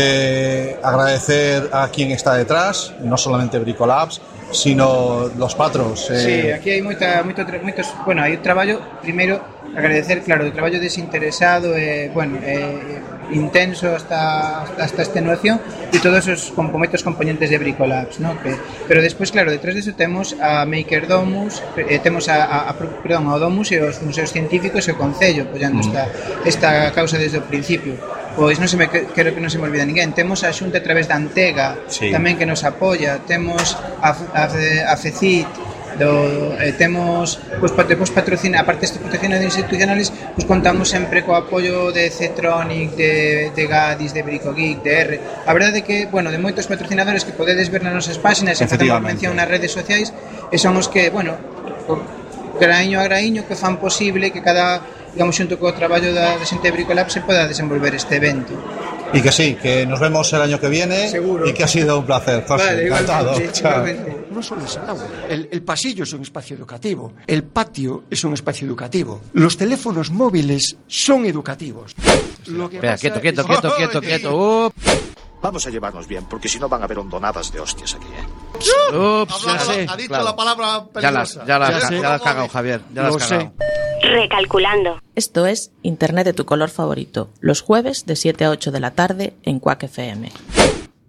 [SPEAKER 11] Eh, agradecer a quien está detrás, no solamente Bricolabs, sino los patros. eh,
[SPEAKER 15] Sí, aquí hai moita, moito, tra- moitos, bueno, hai un traballo, primeiro, agradecer, claro, o traballo desinteresado e, bueno, e intenso hasta, hasta extenuación e todos os componentes componentes de Bricolabs, ¿no? Que, pero despois, claro, detrás de eso temos a Maker Domus, eh, temos a, a, a, pro- perdón, ao Domus e os museos científicos e o Concello, apoiando
[SPEAKER 16] Mm.
[SPEAKER 15] esta, esta causa desde o principio. Pois non se me que- quero que non se me olvida ninguén. Temos a Xunta a través da Antega,
[SPEAKER 16] Sí.
[SPEAKER 15] tamén que nos apoia, temos a, F- a, F- a FECIT, do, eh, temos pois, pat, pois, patrocina, aparte de patrocinados institucionales, pois, contamos sempre co apoio de Cetronic, de, de Gadis, de Brico Geek, de R. A verdade é que, bueno, de moitos patrocinadores que podedes ver nas nosas páxinas, e facemos
[SPEAKER 11] Efectivamente.
[SPEAKER 15] mención nas redes sociais, e son os que, bueno, co- graiño a graiño que fan posible que cada digamos xunto co traballo da, da xente de Bricolab se poda desenvolver este evento.
[SPEAKER 11] Y que sí, que nos vemos el año que viene y que ha sido un placer. José. Encantado. Chao.
[SPEAKER 17] No solo es el aula, el, el pasillo es un espacio educativo, el patio es un espacio educativo, los teléfonos móviles son educativos. Lo que
[SPEAKER 10] Espera,
[SPEAKER 17] pasa
[SPEAKER 10] quieto, quieto,
[SPEAKER 17] es-
[SPEAKER 10] quieto, quieto, quieto. Vamos a llevarnos bien, porque si no van a haber hondonadas de hostias aquí. ¿eh?
[SPEAKER 6] Ups,
[SPEAKER 10] Hablaba-
[SPEAKER 6] ya sé,
[SPEAKER 10] ha dicho
[SPEAKER 6] claro.
[SPEAKER 10] la palabra
[SPEAKER 6] Ya las,
[SPEAKER 10] peligrosa.
[SPEAKER 6] ya las,
[SPEAKER 10] Ya
[SPEAKER 6] ya
[SPEAKER 10] sé.
[SPEAKER 6] las has cagado, Javier. Ya las
[SPEAKER 4] Lo
[SPEAKER 6] has cagado.
[SPEAKER 4] Recalculando. Esto es Internet de tu color favorito, los jueves de 7 a 8 de la tarde en Quack FM.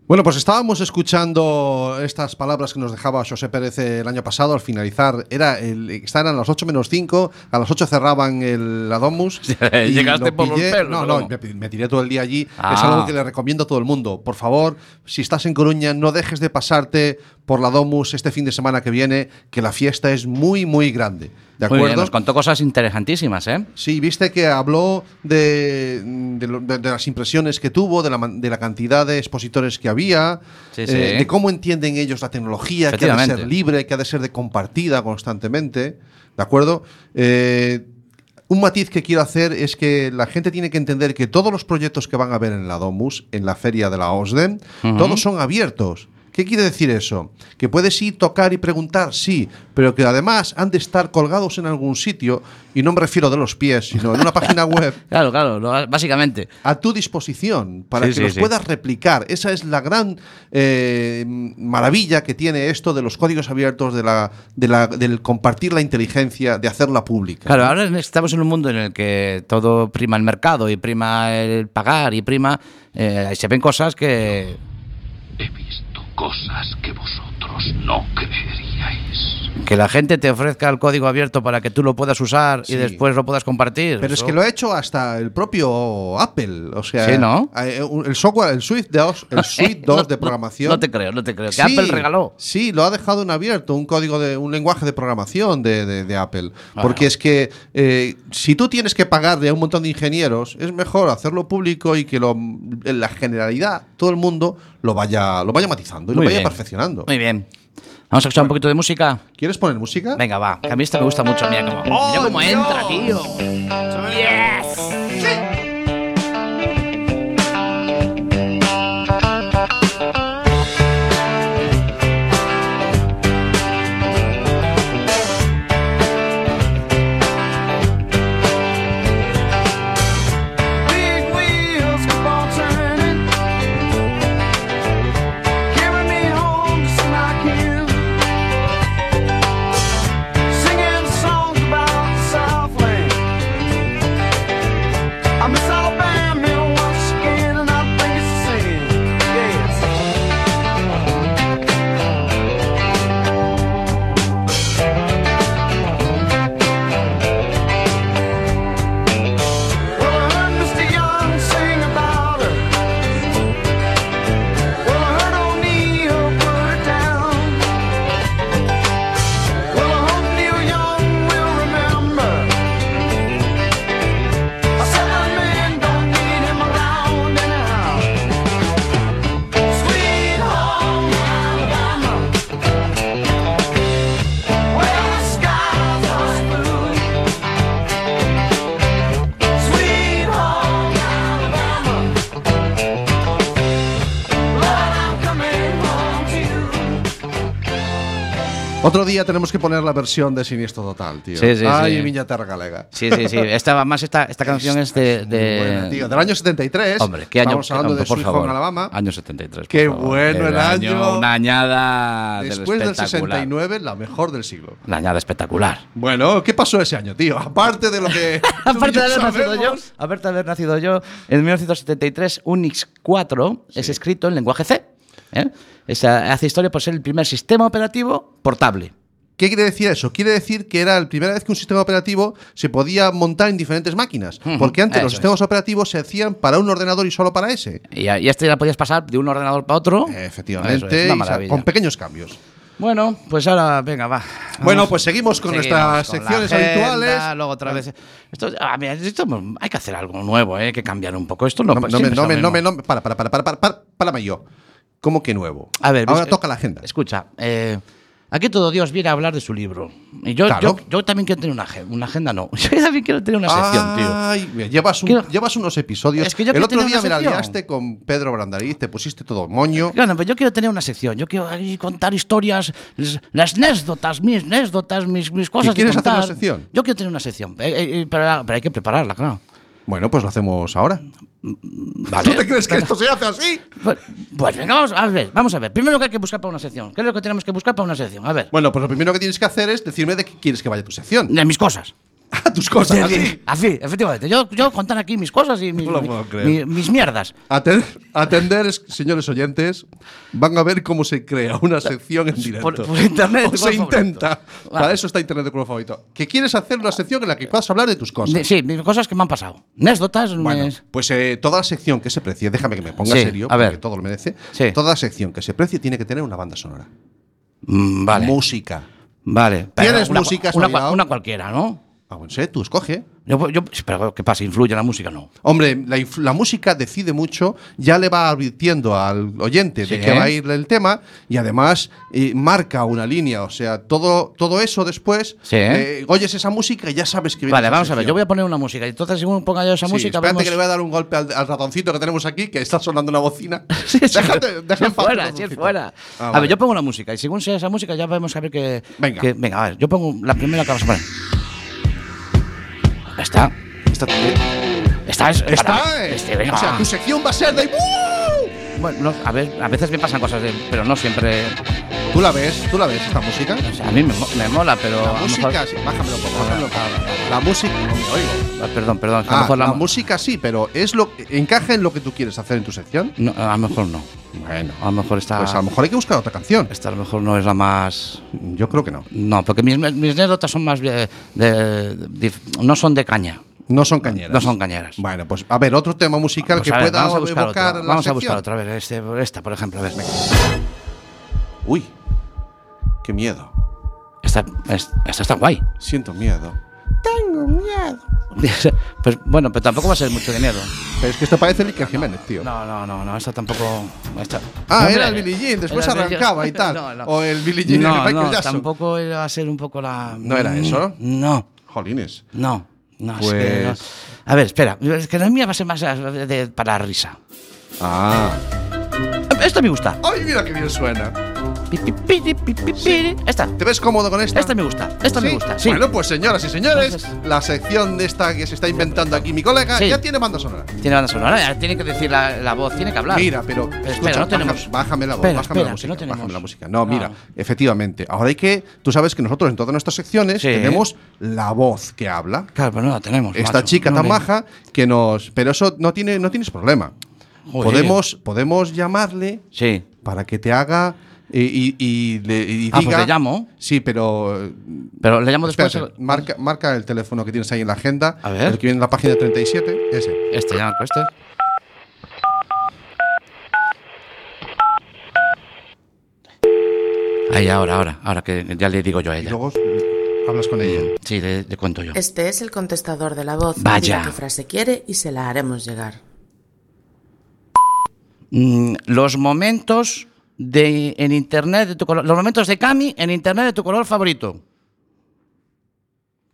[SPEAKER 5] Bueno, pues estábamos escuchando estas palabras que nos dejaba José Pérez el año pasado al finalizar. Era el, estaban a las 8 menos 5, a las 8 cerraban el, la Domus. y
[SPEAKER 6] Llegaste
[SPEAKER 5] lo
[SPEAKER 6] por los
[SPEAKER 5] pillé.
[SPEAKER 6] pelos,
[SPEAKER 5] No,
[SPEAKER 6] Palomo.
[SPEAKER 5] no, me, me tiré todo el día allí.
[SPEAKER 6] Ah.
[SPEAKER 5] Es algo que le recomiendo a todo el mundo. Por favor, si estás en Coruña, no dejes de pasarte por la Domus este fin de semana que viene, que la fiesta es muy, muy grande. ¿De
[SPEAKER 6] Muy bien,
[SPEAKER 5] acuerdo?
[SPEAKER 6] nos contó cosas interesantísimas, ¿eh?
[SPEAKER 5] Sí, viste que habló de, de lo- de- de las impresiones que tuvo, de la, man- de la cantidad de expositores que había, eh,
[SPEAKER 6] Sí, sí.
[SPEAKER 5] de cómo entienden ellos la tecnología, que ha de ser
[SPEAKER 6] Efectivamente.
[SPEAKER 5] libre, que ha de ser de compartida constantemente, ¿de acuerdo? Eh, un matiz que quiero hacer es que la gente tiene que entender que todos los proyectos que van a ver en la Domus, en la feria de la OSDEM,
[SPEAKER 6] Ujú.
[SPEAKER 5] todos son abiertos. ¿Qué quiere decir eso? Que puedes ir, tocar y preguntar, sí, pero que además han de estar colgados en algún sitio, y no me refiero de los pies, sino en una página web.
[SPEAKER 6] Claro, claro, lo- básicamente.
[SPEAKER 5] A tu disposición, para
[SPEAKER 6] Sí,
[SPEAKER 5] que
[SPEAKER 6] sí,
[SPEAKER 5] los
[SPEAKER 6] sí.
[SPEAKER 5] puedas replicar. Esa es la gran eh, maravilla que tiene esto de los códigos abiertos, de la, de la- del compartir la inteligencia, de hacerla pública.
[SPEAKER 6] Claro, ahora estamos en un mundo en el que todo prima el mercado y prima el pagar y prima. eh, se ven cosas que.
[SPEAKER 18] Cosas que vosotros no creeríais.
[SPEAKER 6] Que la gente te ofrezca el código abierto para que tú lo puedas usar
[SPEAKER 5] Sí.
[SPEAKER 6] y después lo puedas compartir.
[SPEAKER 5] Pero es
[SPEAKER 6] Eso-
[SPEAKER 5] que lo ha hecho hasta el propio Apple. O sea,
[SPEAKER 6] Sí, ¿no?
[SPEAKER 5] eh, el software, el Swift 2, el Suite 2 de programación.
[SPEAKER 6] No, te creo, no te creo. Que Apple regaló.
[SPEAKER 5] Sí, lo ha dejado en abierto, un código de un lenguaje de programación de, de- de Apple. Porque es que eh, si tú tienes que pagarle a un montón de ingenieros, es mejor hacerlo público y que lo, en la generalidad, todo el mundo, lo vaya, lo vaya matizando y
[SPEAKER 6] Muy
[SPEAKER 5] lo vaya
[SPEAKER 6] bien.
[SPEAKER 5] perfeccionando.
[SPEAKER 6] Muy bien. Vamos a escuchar un poquito de música.
[SPEAKER 5] ¿Quieres poner música?
[SPEAKER 6] Venga, va. que A mí esta me gusta mucho. Mira cómo, mira
[SPEAKER 5] ¡Oh,
[SPEAKER 6] cómo entra, tío.
[SPEAKER 1] Big wheels keep on turning, carrying me home just like you. Singing songs about the Southland. I miss Alabama once again, and I think it's a sin. Yes. Well, I heard Mr. Young sing about her. Well, I heard O'Neill put her down. Well, I hope Neil Young will remember. I said a man don't need him around anyhow. Sweet home Alabama. Well, the skies are blue. Sweet home Alabama. Lord, I'm coming home to you.
[SPEAKER 5] Otro día tenemos que poner la versión de Siniestro Total, tío.
[SPEAKER 6] Sí, sí,
[SPEAKER 5] Ay,
[SPEAKER 6] sí.
[SPEAKER 5] miña terra galega.
[SPEAKER 6] Sí, sí, sí. Esta, más esta, esta canción es de. de-
[SPEAKER 5] Buena, tío. Del año 73.
[SPEAKER 6] Hombre, ¿qué año?
[SPEAKER 5] Estamos hablando de
[SPEAKER 6] por
[SPEAKER 5] Sweet
[SPEAKER 6] favor.
[SPEAKER 5] Home Alabama.
[SPEAKER 6] Año 73. por
[SPEAKER 5] Qué
[SPEAKER 6] favor.
[SPEAKER 5] bueno el año.
[SPEAKER 6] Una añada del
[SPEAKER 5] Después del
[SPEAKER 6] espectacular.
[SPEAKER 5] 69, la mejor del siglo.
[SPEAKER 6] Una añada espectacular.
[SPEAKER 5] Bueno, ¿qué pasó ese año, tío? Aparte de lo que. tú y
[SPEAKER 6] Aparte
[SPEAKER 5] yo
[SPEAKER 6] de haber nacido yo,
[SPEAKER 5] sabemos.
[SPEAKER 6] aparte de haber nacido yo, en 1973 Unix 4 es escrito en lenguaje C. ¿eh? Es, ah, hace historia por ser el primer sistema operativo portable.
[SPEAKER 5] ¿Qué quiere decir eso? Quiere decir que era la primera vez que un sistema operativo se podía montar en diferentes máquinas.
[SPEAKER 6] Ujú,
[SPEAKER 5] Porque antes los
[SPEAKER 6] eso
[SPEAKER 5] sistemas operativos se hacían para un ordenador y solo para ese.
[SPEAKER 6] Y, a- y este la podías pasar de un ordenador para otro.
[SPEAKER 5] Efectivamente.
[SPEAKER 6] Eso es
[SPEAKER 5] y
[SPEAKER 6] una
[SPEAKER 5] sa-
[SPEAKER 6] maravilla.
[SPEAKER 5] con pequeños cambios.
[SPEAKER 6] Bueno, pues ahora, venga, va.
[SPEAKER 5] Bueno,
[SPEAKER 6] Vamos.
[SPEAKER 5] pues seguimos con
[SPEAKER 6] Seguimos
[SPEAKER 5] nuestras
[SPEAKER 6] con la
[SPEAKER 5] secciones
[SPEAKER 6] agenda,
[SPEAKER 5] habituales.
[SPEAKER 6] Luego otra vez. Esto, ah, mira, esto hay que hacer algo nuevo, ¿eh? hay que cambiar un poco. Esto
[SPEAKER 5] No,
[SPEAKER 6] no,
[SPEAKER 5] me-
[SPEAKER 6] pues,
[SPEAKER 5] no me,
[SPEAKER 6] siempre
[SPEAKER 5] no
[SPEAKER 6] es
[SPEAKER 5] me,
[SPEAKER 6] lo
[SPEAKER 5] no
[SPEAKER 6] mismo.
[SPEAKER 5] me, no me- para, para, para, para, para, para, párame yo. ¿Cómo que nuevo?
[SPEAKER 6] A ver,
[SPEAKER 5] ahora
[SPEAKER 6] ves-
[SPEAKER 5] toca la agenda.
[SPEAKER 6] Escucha, eh, aquí todo Dios viene a hablar de su libro. Y yo,
[SPEAKER 5] Claro.
[SPEAKER 6] yo, yo también quiero tener una agenda. Una agenda no. Yo también quiero tener una sección,
[SPEAKER 5] Ah.
[SPEAKER 6] tío.
[SPEAKER 5] Ay, mira, llevas, un- llevas unos episodios.
[SPEAKER 6] Es que yo
[SPEAKER 5] El
[SPEAKER 6] quiero
[SPEAKER 5] otro
[SPEAKER 6] tener
[SPEAKER 5] día
[SPEAKER 6] una
[SPEAKER 5] me la
[SPEAKER 6] sección.
[SPEAKER 5] liaste con Pedro Brandariz, te pusiste todo moño.
[SPEAKER 6] Claro, pero pues yo quiero tener una sección. Yo quiero ahí contar historias, las- las anécdotas, mis anécdotas, mis, mis cosas. que
[SPEAKER 5] quieres hacer una
[SPEAKER 6] contar.
[SPEAKER 5] sección?
[SPEAKER 6] Yo quiero tener una sección. eh, eh, eh, pero, pero hay que prepararla, claro.
[SPEAKER 5] Bueno, pues lo hacemos ahora.
[SPEAKER 6] Vale.
[SPEAKER 5] ¿Tú te crees que esto se hace así?
[SPEAKER 6] Pues venga, vamos a ver, vamos a ver. Primero que hay que buscar para una sección. ¿Qué es lo que tenemos que buscar para una sección? A ver.
[SPEAKER 5] Bueno, pues lo primero que tienes que hacer es decirme de qué quieres que vaya tu sección.
[SPEAKER 6] De mis cosas.
[SPEAKER 5] A tus cosas.
[SPEAKER 6] Sí,
[SPEAKER 5] así.
[SPEAKER 6] sí, así, efectivamente. Yo, yo contar aquí mis cosas y mis,
[SPEAKER 5] No lo puedo creer.
[SPEAKER 6] mi- mis mierdas.
[SPEAKER 5] Aten- atender, es- señores oyentes, van a ver cómo se crea una sección en directo.
[SPEAKER 6] Por- por internet,
[SPEAKER 5] O
[SPEAKER 6] por
[SPEAKER 5] se
[SPEAKER 6] favorito.
[SPEAKER 5] intenta. Para
[SPEAKER 6] Vale.
[SPEAKER 5] eso está internet de culo favorito. Que quieres hacer una sección en la que puedas hablar de tus cosas.
[SPEAKER 6] De- sí, mis cosas que me han pasado. Anécdotas.
[SPEAKER 5] Bueno,
[SPEAKER 6] mes-
[SPEAKER 5] pues eh, toda la sección que se precie, déjame que me ponga
[SPEAKER 6] Sí,
[SPEAKER 5] serio,
[SPEAKER 6] a ver.
[SPEAKER 5] porque todo lo merece.
[SPEAKER 6] Sí.
[SPEAKER 5] Toda sección que se precie tiene que tener una banda sonora.
[SPEAKER 6] Mm, vale.
[SPEAKER 5] Música.
[SPEAKER 6] vale.
[SPEAKER 5] ¿Tienes
[SPEAKER 6] una-
[SPEAKER 5] música,
[SPEAKER 6] Una,
[SPEAKER 5] Soledad?
[SPEAKER 6] cua- una cualquiera, ¿no?
[SPEAKER 5] Ah, bueno, sé, tú escoge.
[SPEAKER 6] Yo, yo- pero ¿qué pasa? ¿Influye la música? No.
[SPEAKER 5] Hombre, la, inf- la música decide mucho, ya le va advirtiendo al oyente de
[SPEAKER 6] Sí.
[SPEAKER 5] que va a ir el tema y además eh, marca una línea. O sea, todo, todo eso después,
[SPEAKER 6] Sí.
[SPEAKER 5] eh, oyes esa música y ya sabes que viene.
[SPEAKER 6] Vale,
[SPEAKER 5] esa
[SPEAKER 6] vamos a ver. Yo
[SPEAKER 5] sección.
[SPEAKER 6] voy a poner una música. Y entonces, según ponga yo esa
[SPEAKER 5] Sí,
[SPEAKER 6] música,
[SPEAKER 5] espérate
[SPEAKER 6] vemos-
[SPEAKER 5] que le voy a dar un golpe al, al ratoncito que tenemos aquí, que está sonando una bocina.
[SPEAKER 6] Sí, sí,
[SPEAKER 5] déjate,
[SPEAKER 6] sí,
[SPEAKER 5] deja en paz al
[SPEAKER 6] fuera, sí,
[SPEAKER 5] ratoncito.
[SPEAKER 6] fuera.
[SPEAKER 5] Ah,
[SPEAKER 6] a
[SPEAKER 5] vale.
[SPEAKER 6] ver, yo pongo una música. Y según sea esa música, ya vamos a ver que.
[SPEAKER 5] Venga.
[SPEAKER 6] que- venga, a ver. Yo pongo la primera que vamos a poner. Ya Está.
[SPEAKER 5] Está también.
[SPEAKER 6] Está. es-
[SPEAKER 5] Está,
[SPEAKER 6] para-
[SPEAKER 5] eh.
[SPEAKER 6] este, venga.
[SPEAKER 5] o sea, tu sección va a ser de.
[SPEAKER 6] Bueno, no, a, ver, a veces me pasan cosas, de- pero no siempre.
[SPEAKER 5] ¿Tú la ves? ¿Tú la ves esta música?
[SPEAKER 6] O sea, a mí me, mo- me mola, pero.
[SPEAKER 5] La
[SPEAKER 6] a lo
[SPEAKER 5] música,
[SPEAKER 6] mejor-
[SPEAKER 5] sí, bájamelo un poco, bájamelo un poco. La música, no me oigo.
[SPEAKER 6] Ah, Perdón, perdón. que a lo
[SPEAKER 5] Ah,
[SPEAKER 6] mejor
[SPEAKER 5] la,
[SPEAKER 6] la mo-
[SPEAKER 5] música sí, pero es lo encaja en lo que tú quieres hacer en tu sección.
[SPEAKER 6] no, a lo mejor no.
[SPEAKER 5] Bueno,
[SPEAKER 6] A lo mejor está.
[SPEAKER 5] pues a lo mejor hay que buscar otra canción.
[SPEAKER 6] Esta a lo mejor no es la más.
[SPEAKER 5] Yo creo que no.
[SPEAKER 6] No, porque mis, mis anécdotas son más de, de- dif- no son de caña.
[SPEAKER 5] No son cañeras.
[SPEAKER 6] No son cañeras.
[SPEAKER 5] Bueno, pues a ver, otro tema musical
[SPEAKER 6] Pues
[SPEAKER 5] que
[SPEAKER 6] a ver,
[SPEAKER 5] pueda
[SPEAKER 6] vamos a buscar
[SPEAKER 5] evocar
[SPEAKER 6] otra.
[SPEAKER 5] la
[SPEAKER 6] Vamos a
[SPEAKER 5] sección.
[SPEAKER 6] buscar otra. A ver, este- esta, por ejemplo. A ver, venga.
[SPEAKER 5] Uy, qué miedo.
[SPEAKER 6] Esta, es- esta está guay.
[SPEAKER 5] Siento miedo.
[SPEAKER 12] Tengo miedo.
[SPEAKER 6] pues bueno, pero tampoco va a ser mucho de miedo.
[SPEAKER 5] Pero es que esto parece Licker Jiménez, tío.
[SPEAKER 6] No, no, no, no, esta tampoco. esta-
[SPEAKER 5] Ah,
[SPEAKER 6] Hombre,
[SPEAKER 5] era el Billie Jean, después
[SPEAKER 6] era el Billie-
[SPEAKER 5] arrancaba y tal.
[SPEAKER 6] No, no.
[SPEAKER 5] O el Billie Jean
[SPEAKER 6] no,
[SPEAKER 5] de Michael
[SPEAKER 6] no,
[SPEAKER 5] Jackson.
[SPEAKER 6] tampoco iba a ser un poco la. mm,
[SPEAKER 5] ¿No era eso?
[SPEAKER 6] No.
[SPEAKER 5] Jolines.
[SPEAKER 6] No, no, es
[SPEAKER 5] Pues-
[SPEAKER 6] que no. A ver, espera, es que la mía va a ser más eh, de- para la risa.
[SPEAKER 5] Ah.
[SPEAKER 6] Esta me gusta.
[SPEAKER 5] ¡Ay, mira qué bien suena!
[SPEAKER 6] Esta.
[SPEAKER 5] ¿Te ves cómodo con esta? Esta
[SPEAKER 6] Este me gusta, esta me gusta, sí.
[SPEAKER 5] Bueno, pues señoras y señores, la sección de esta que se está inventando aquí mi colega
[SPEAKER 6] Sí.
[SPEAKER 5] ya tiene banda sonora.
[SPEAKER 6] Tiene banda sonora, ya tiene que decir la, la voz, tiene que hablar.
[SPEAKER 5] Mira, pero,
[SPEAKER 6] Espera,
[SPEAKER 5] escucha,
[SPEAKER 6] no tenemos.
[SPEAKER 5] baja- Bájame la voz, bájame
[SPEAKER 6] Espera, espera,
[SPEAKER 5] la
[SPEAKER 6] que
[SPEAKER 5] música.
[SPEAKER 6] no tenemos.
[SPEAKER 5] bájame la música. No, mira, efectivamente. Ahora hay que. Tú sabes que nosotros en todas nuestras secciones tenemos la voz que habla.
[SPEAKER 6] Claro, pero no la tenemos.
[SPEAKER 5] Esta
[SPEAKER 6] Pues macho,
[SPEAKER 5] chica
[SPEAKER 6] no
[SPEAKER 5] tan
[SPEAKER 6] me-
[SPEAKER 5] maja que nos. Pero eso no tiene, no tienes problema.
[SPEAKER 6] Joder.
[SPEAKER 5] Podemos, podemos llamarle
[SPEAKER 6] Sí.
[SPEAKER 5] para que te haga. Y, y- y le y
[SPEAKER 6] Ah, pues
[SPEAKER 5] diga-
[SPEAKER 6] le llamo.
[SPEAKER 5] Sí, pero.
[SPEAKER 6] Pero le llamo después.
[SPEAKER 5] Espérate, marca, marca el teléfono que tienes ahí en la agenda.
[SPEAKER 6] A ver.
[SPEAKER 5] El que viene en la página 37. Ese.
[SPEAKER 6] Este, ya marco este. Ahí, ahora, ahora, ahora que ya Mm. le digo yo a ella.
[SPEAKER 5] luego hablas con ella.
[SPEAKER 6] Sí, le, le cuento yo.
[SPEAKER 16] Este es el contestador de la voz.
[SPEAKER 6] Vaya.
[SPEAKER 16] Diga qué frase quiere y se la haremos llegar.
[SPEAKER 6] Mm, los momentos de en internet de tu color, los momentos de Cami en internet de tu color favorito.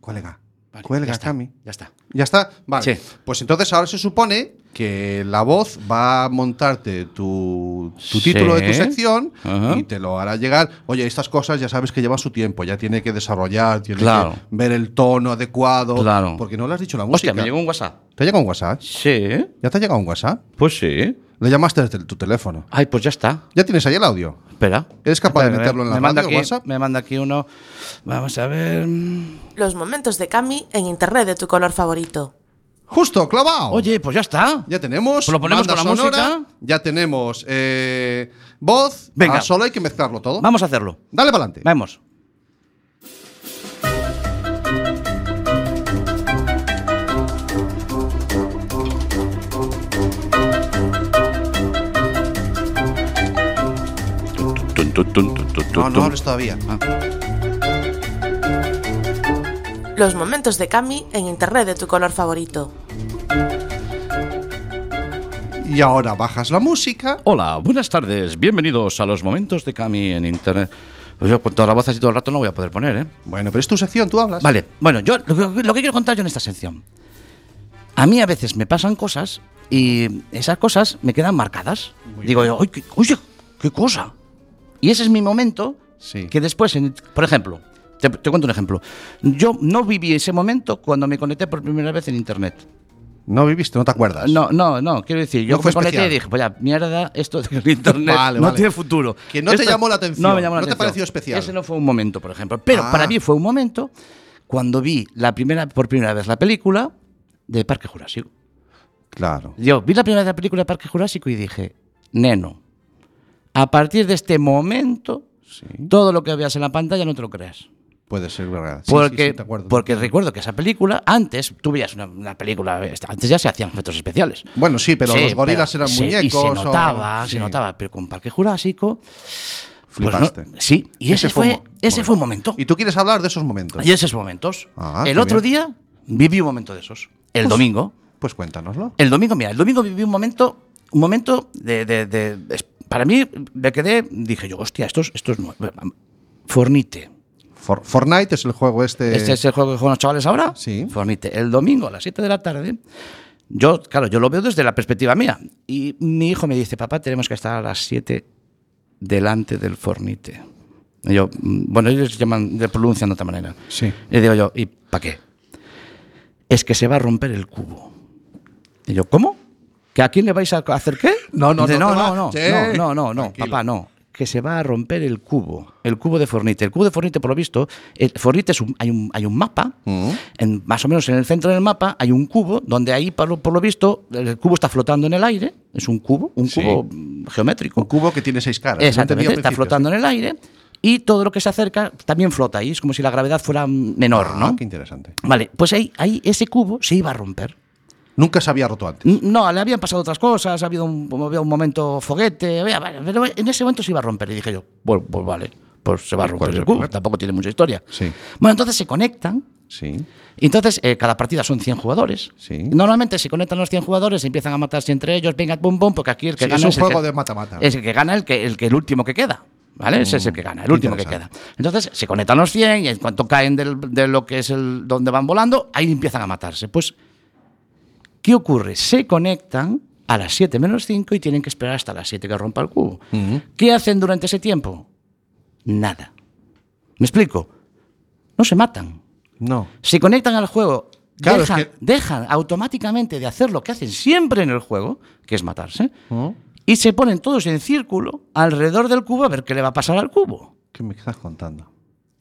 [SPEAKER 5] Cuelga. Cuelga, Cami.
[SPEAKER 6] Ya está.
[SPEAKER 5] Ya está. Vale. Pues entonces ahora se supone que la voz va a montarte tu, tu
[SPEAKER 6] Sí.
[SPEAKER 5] título de tu sección
[SPEAKER 6] Ajá.
[SPEAKER 5] y te lo hará llegar. Oye, estas cosas ya sabes que llevan su tiempo, ya tiene que desarrollar, tiene
[SPEAKER 6] Claro.
[SPEAKER 5] que ver el tono adecuado.
[SPEAKER 6] Claro.
[SPEAKER 5] Porque no le has dicho la música.
[SPEAKER 6] Hostia, me llegó un WhatsApp.
[SPEAKER 5] ¿Te ha llegado un WhatsApp?
[SPEAKER 6] Sí.
[SPEAKER 5] ¿Ya te ha llegado un WhatsApp?
[SPEAKER 6] Pues sí.
[SPEAKER 5] Le llamaste desde tu teléfono.
[SPEAKER 6] Ay, pues ya está.
[SPEAKER 5] ¿Ya tienes ahí el audio?
[SPEAKER 6] Espera.
[SPEAKER 5] ¿Eres capaz de
[SPEAKER 6] Espera, eh.
[SPEAKER 5] meterlo en la
[SPEAKER 6] me manda
[SPEAKER 5] radio,
[SPEAKER 6] aquí,
[SPEAKER 5] WhatsApp?
[SPEAKER 6] Me manda aquí uno. Vamos a ver.
[SPEAKER 16] Los momentos de Cami en internet de tu color favorito.
[SPEAKER 5] Justo, clavado.
[SPEAKER 6] Oye, pues ya
[SPEAKER 5] Oh.
[SPEAKER 6] está.
[SPEAKER 5] Ya tenemos.
[SPEAKER 6] Lo ponemos
[SPEAKER 5] banda
[SPEAKER 6] con la
[SPEAKER 5] sonora,
[SPEAKER 6] música.
[SPEAKER 5] Ya tenemos eh, voz.
[SPEAKER 6] Venga.
[SPEAKER 5] Ah, solo hay que mezclarlo todo.
[SPEAKER 6] Vamos a hacerlo.
[SPEAKER 5] Dale para adelante.
[SPEAKER 6] Vamos.
[SPEAKER 5] No, no hables todavía. Ah.
[SPEAKER 16] Los momentos de Cami en internet de tu color favorito.
[SPEAKER 5] Y ahora bajas la música.
[SPEAKER 6] Hola, buenas tardes. Bienvenidos a los momentos de Cami en internet. Pues yo con toda la voz así todo el rato no voy a poder poner, ¿eh?
[SPEAKER 5] Bueno, pero es tu sección, tú hablas.
[SPEAKER 6] Vale, bueno, yo lo, que- lo que quiero contar yo en esta sección. A mí a veces me pasan cosas y esas cosas me quedan marcadas. Digo, yo, "Ay, qué- oye, qué cosa. Y ese es mi momento que después, en- por ejemplo, te, te cuento un ejemplo. Yo no viví ese momento cuando me conecté por primera vez en Internet.
[SPEAKER 5] No viviste, no te acuerdas.
[SPEAKER 6] Ah, No, no, no, quiero decir, yo
[SPEAKER 5] No fue
[SPEAKER 6] me conecté
[SPEAKER 5] especial.
[SPEAKER 6] y dije, vaya mierda, esto del internet
[SPEAKER 5] Vale,
[SPEAKER 6] no
[SPEAKER 5] vale.
[SPEAKER 6] tiene futuro.
[SPEAKER 5] Que no te
[SPEAKER 6] Esto-
[SPEAKER 5] llamó la atención,
[SPEAKER 6] No me llamó la
[SPEAKER 5] no te
[SPEAKER 6] atención.
[SPEAKER 5] pareció especial.
[SPEAKER 6] Ese no fue un momento, por ejemplo. Pero
[SPEAKER 5] Ah.
[SPEAKER 6] para mí fue un momento cuando vi la primera, por primera vez la película de Parque Jurásico.
[SPEAKER 5] Claro.
[SPEAKER 6] Yo vi la primera vez la película de Parque Jurásico y dije, neno, a partir de este momento, todo lo que veas en la pantalla no te lo creas.
[SPEAKER 5] Puede ser verdad. Sí,
[SPEAKER 6] Porque,
[SPEAKER 5] sí, sí, te acuerdo.
[SPEAKER 6] porque recuerdo que esa película, antes, tú veías una, una película, antes ya se hacían efectos especiales.
[SPEAKER 5] Bueno, sí, pero los gorilas eran
[SPEAKER 6] sí,
[SPEAKER 5] muñecos.
[SPEAKER 6] Y se
[SPEAKER 5] o-
[SPEAKER 6] notaba,
[SPEAKER 5] Sí.
[SPEAKER 6] se notaba, pero con Parque Jurásico. pues no-
[SPEAKER 5] Flipaste.
[SPEAKER 6] sí, y ese, fue,
[SPEAKER 5] un mo-
[SPEAKER 6] ese fue un momento.
[SPEAKER 5] Y tú quieres hablar de esos momentos.
[SPEAKER 6] Y esos momentos.
[SPEAKER 5] Ah,
[SPEAKER 6] el
[SPEAKER 5] qué
[SPEAKER 6] otro
[SPEAKER 5] bien.
[SPEAKER 6] día viví un momento de esos. El
[SPEAKER 5] Pues-
[SPEAKER 6] domingo.
[SPEAKER 5] Pues cuéntanoslo.
[SPEAKER 6] El domingo, mira, el domingo viví un momento, un momento de, de- de- es- para mí me quedé, dije yo, hostia, esto es, esto es nuevo. Fornite.
[SPEAKER 5] For- Fortnite es el juego este.
[SPEAKER 6] Este es el juego que juegan los chavales ahora. Sí. Fornite. El domingo a las 7 de la tarde. Yo, claro, yo lo veo desde la perspectiva mía. Y mi hijo me dice, papá, tenemos que estar a las 7 delante del Fornite. Y yo, mm, bueno, ellos llaman, le pronuncian de otra manera.
[SPEAKER 5] Sí.
[SPEAKER 6] Y digo yo, ¿y para qué? Es que se va a romper el cubo. Y yo, ¿cómo? ¿Que a quién le vais a hacer qué?
[SPEAKER 5] No, no,
[SPEAKER 6] Dice,
[SPEAKER 5] no
[SPEAKER 6] no,
[SPEAKER 5] te va-
[SPEAKER 6] no, no,
[SPEAKER 5] Che.
[SPEAKER 6] no, no, no, no,
[SPEAKER 5] Tranquilo.
[SPEAKER 6] papá, no. Que se va a romper el cubo, el cubo de Fornite. El cubo de Fornite, por lo visto, el Fornite es un- hay, un, hay un mapa,
[SPEAKER 5] Mm.
[SPEAKER 6] en- más o menos en el centro del mapa hay un cubo donde ahí, por lo, por lo visto, el cubo está flotando en el aire. Es un cubo, un cubo mm, geométrico. Un
[SPEAKER 5] cubo que tiene seis caras.
[SPEAKER 6] Exactamente,
[SPEAKER 5] No entendía
[SPEAKER 6] está
[SPEAKER 5] al principio,
[SPEAKER 6] flotando en el aire y todo lo que se acerca también flota ahí. Es como si la gravedad fuera menor,
[SPEAKER 5] Ah,
[SPEAKER 6] ¿no?
[SPEAKER 5] Qué interesante.
[SPEAKER 6] Vale, pues ahí, ahí ese cubo se iba a romper.
[SPEAKER 5] Nunca se había roto antes.
[SPEAKER 6] N- No, le habían pasado otras cosas, ha habido un, había un momento foguete, había- pero en ese momento se iba a romper. Y dije yo, bueno, pues vale, pues se va a
[SPEAKER 5] ¿Cuál es
[SPEAKER 6] romper
[SPEAKER 5] el
[SPEAKER 6] el culo.
[SPEAKER 5] problema?
[SPEAKER 6] Tampoco tiene mucha historia.
[SPEAKER 5] Sí.
[SPEAKER 6] Bueno, entonces se conectan.
[SPEAKER 5] Sí.
[SPEAKER 6] Y entonces eh, cada partida son 100 jugadores. Normalmente se conectan los 100 jugadores, empiezan a matarse entre ellos, venga, pum, pum, porque aquí el que
[SPEAKER 5] Sí,
[SPEAKER 6] gana
[SPEAKER 5] es un
[SPEAKER 6] el
[SPEAKER 5] juego
[SPEAKER 6] que-
[SPEAKER 5] de mata-mata.
[SPEAKER 6] Es el que gana el que el, que el último que queda. ¿Vale? Ese es el que gana, el
[SPEAKER 5] Mm,
[SPEAKER 6] último que queda. Entonces se conectan los 100 y en cuanto caen del- de lo que es el donde van volando, ahí empiezan a matarse. Pues, ¿qué ocurre? Se conectan a las 7 menos 5 y tienen que esperar hasta las 7 que rompa el cubo. ¿Qué hacen durante ese tiempo? Nada. ¿Me explico? No se matan.
[SPEAKER 5] No.
[SPEAKER 6] Se conectan al juego.
[SPEAKER 5] Claro,
[SPEAKER 6] dejan,
[SPEAKER 5] es que-
[SPEAKER 6] dejan automáticamente de hacer lo que hacen siempre en el juego, que es matarse. Y se ponen todos en círculo alrededor del cubo a ver qué le va a pasar al cubo.
[SPEAKER 5] ¿Qué me estás contando?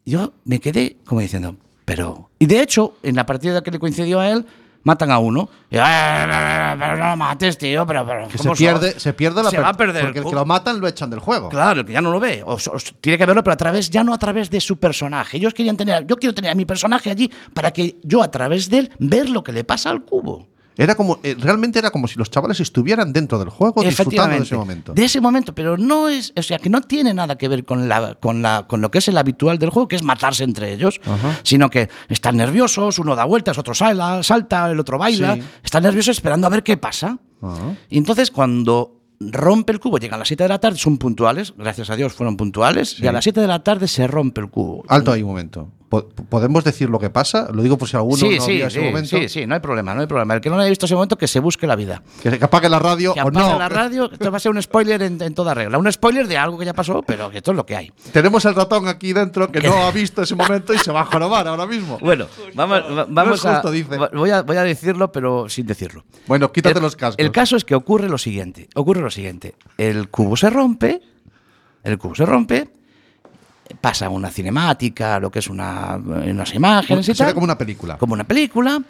[SPEAKER 6] Yo me quedé como diciendo, pero... Y de hecho, en la partida que le coincidió a él, matan a uno. Y, "Ah, pero no lo mates, tío, pero... pero
[SPEAKER 5] Que se
[SPEAKER 6] ¿cómo
[SPEAKER 5] pierde,
[SPEAKER 6] sos?".
[SPEAKER 5] se pierde la
[SPEAKER 6] Se va a
[SPEAKER 5] per-
[SPEAKER 6] perder el
[SPEAKER 5] Porque el que
[SPEAKER 6] cubo.
[SPEAKER 5] lo matan lo echan del juego.
[SPEAKER 6] Claro, el que ya no lo ve. O, s- o s- tiene que verlo, pero a través, ya no a través de su personaje. Ellos querían tener, yo quiero tener a mi personaje allí para que yo a través de él ver lo que le pasa al cubo.
[SPEAKER 5] Era como, eh, realmente era como si los chavales estuvieran dentro del juego disfrutando de ese momento.
[SPEAKER 6] De ese momento, pero no es, o sea, que no tiene nada que ver con, la, con, la, con lo que es el habitual del juego, que es matarse entre ellos, sino que están nerviosos, uno da vueltas, otro sala- salta, el otro baila,
[SPEAKER 5] Sí.
[SPEAKER 6] están nerviosos esperando a ver qué pasa.
[SPEAKER 5] Ajá.
[SPEAKER 6] Y entonces cuando rompe el cubo, llegan a las 7 de la tarde, son puntuales, gracias a Dios fueron puntuales, y a las 7 de la tarde se rompe el cubo.
[SPEAKER 5] Alto ahí un momento. Po- ¿Podemos decir lo que pasa? Lo digo por si alguno
[SPEAKER 6] Sí,
[SPEAKER 5] no
[SPEAKER 6] sí,
[SPEAKER 5] vio ese
[SPEAKER 6] sí,
[SPEAKER 5] momento.
[SPEAKER 6] sí, sí, no hay problema, no hay problema. El que no lo haya visto ese momento, que se busque la vida.
[SPEAKER 5] Que se apague la radio
[SPEAKER 6] Que
[SPEAKER 5] o
[SPEAKER 6] apague
[SPEAKER 5] no.
[SPEAKER 6] la radio, esto va a ser un spoiler en, en toda regla. Un spoiler de algo que ya pasó, pero que esto es lo que hay.
[SPEAKER 5] Tenemos el ratón aquí dentro que no ha visto ese momento y se va a jorobar ahora mismo.
[SPEAKER 6] Bueno, vamos, va-
[SPEAKER 5] No
[SPEAKER 6] vamos
[SPEAKER 5] es justo,
[SPEAKER 6] a,
[SPEAKER 5] dice.
[SPEAKER 6] va- voy a. Voy a decirlo, pero sin decirlo.
[SPEAKER 5] Bueno, quítate
[SPEAKER 6] El-
[SPEAKER 5] los cascos.
[SPEAKER 6] El caso es que ocurre lo siguiente. Ocurre lo siguiente. El cubo se rompe. El cubo se rompe. Pasa una cinemática, lo que es una, unas imágenes y
[SPEAKER 5] Será
[SPEAKER 6] tal.
[SPEAKER 5] como una película.
[SPEAKER 6] Como una película.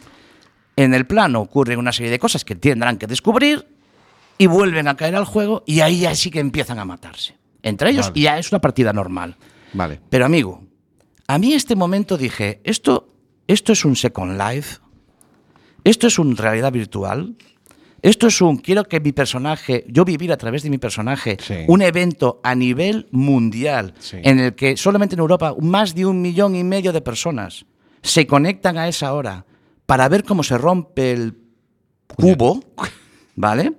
[SPEAKER 6] En el plano ocurren una serie de cosas que tendrán que descubrir y vuelven a caer al juego y ahí ya sí que empiezan a matarse. Entre ellos
[SPEAKER 5] Vale.
[SPEAKER 6] y ya es una partida normal.
[SPEAKER 5] Vale.
[SPEAKER 6] Pero amigo, a mí este momento dije, esto, esto es un Second Life, esto es un realidad virtual, esto es un, quiero que mi personaje, yo vivir a través de mi personaje, un evento a nivel mundial, en el que solamente en Europa más de un millón y medio de personas se conectan a esa hora para ver cómo se rompe el cubo, ¿vale?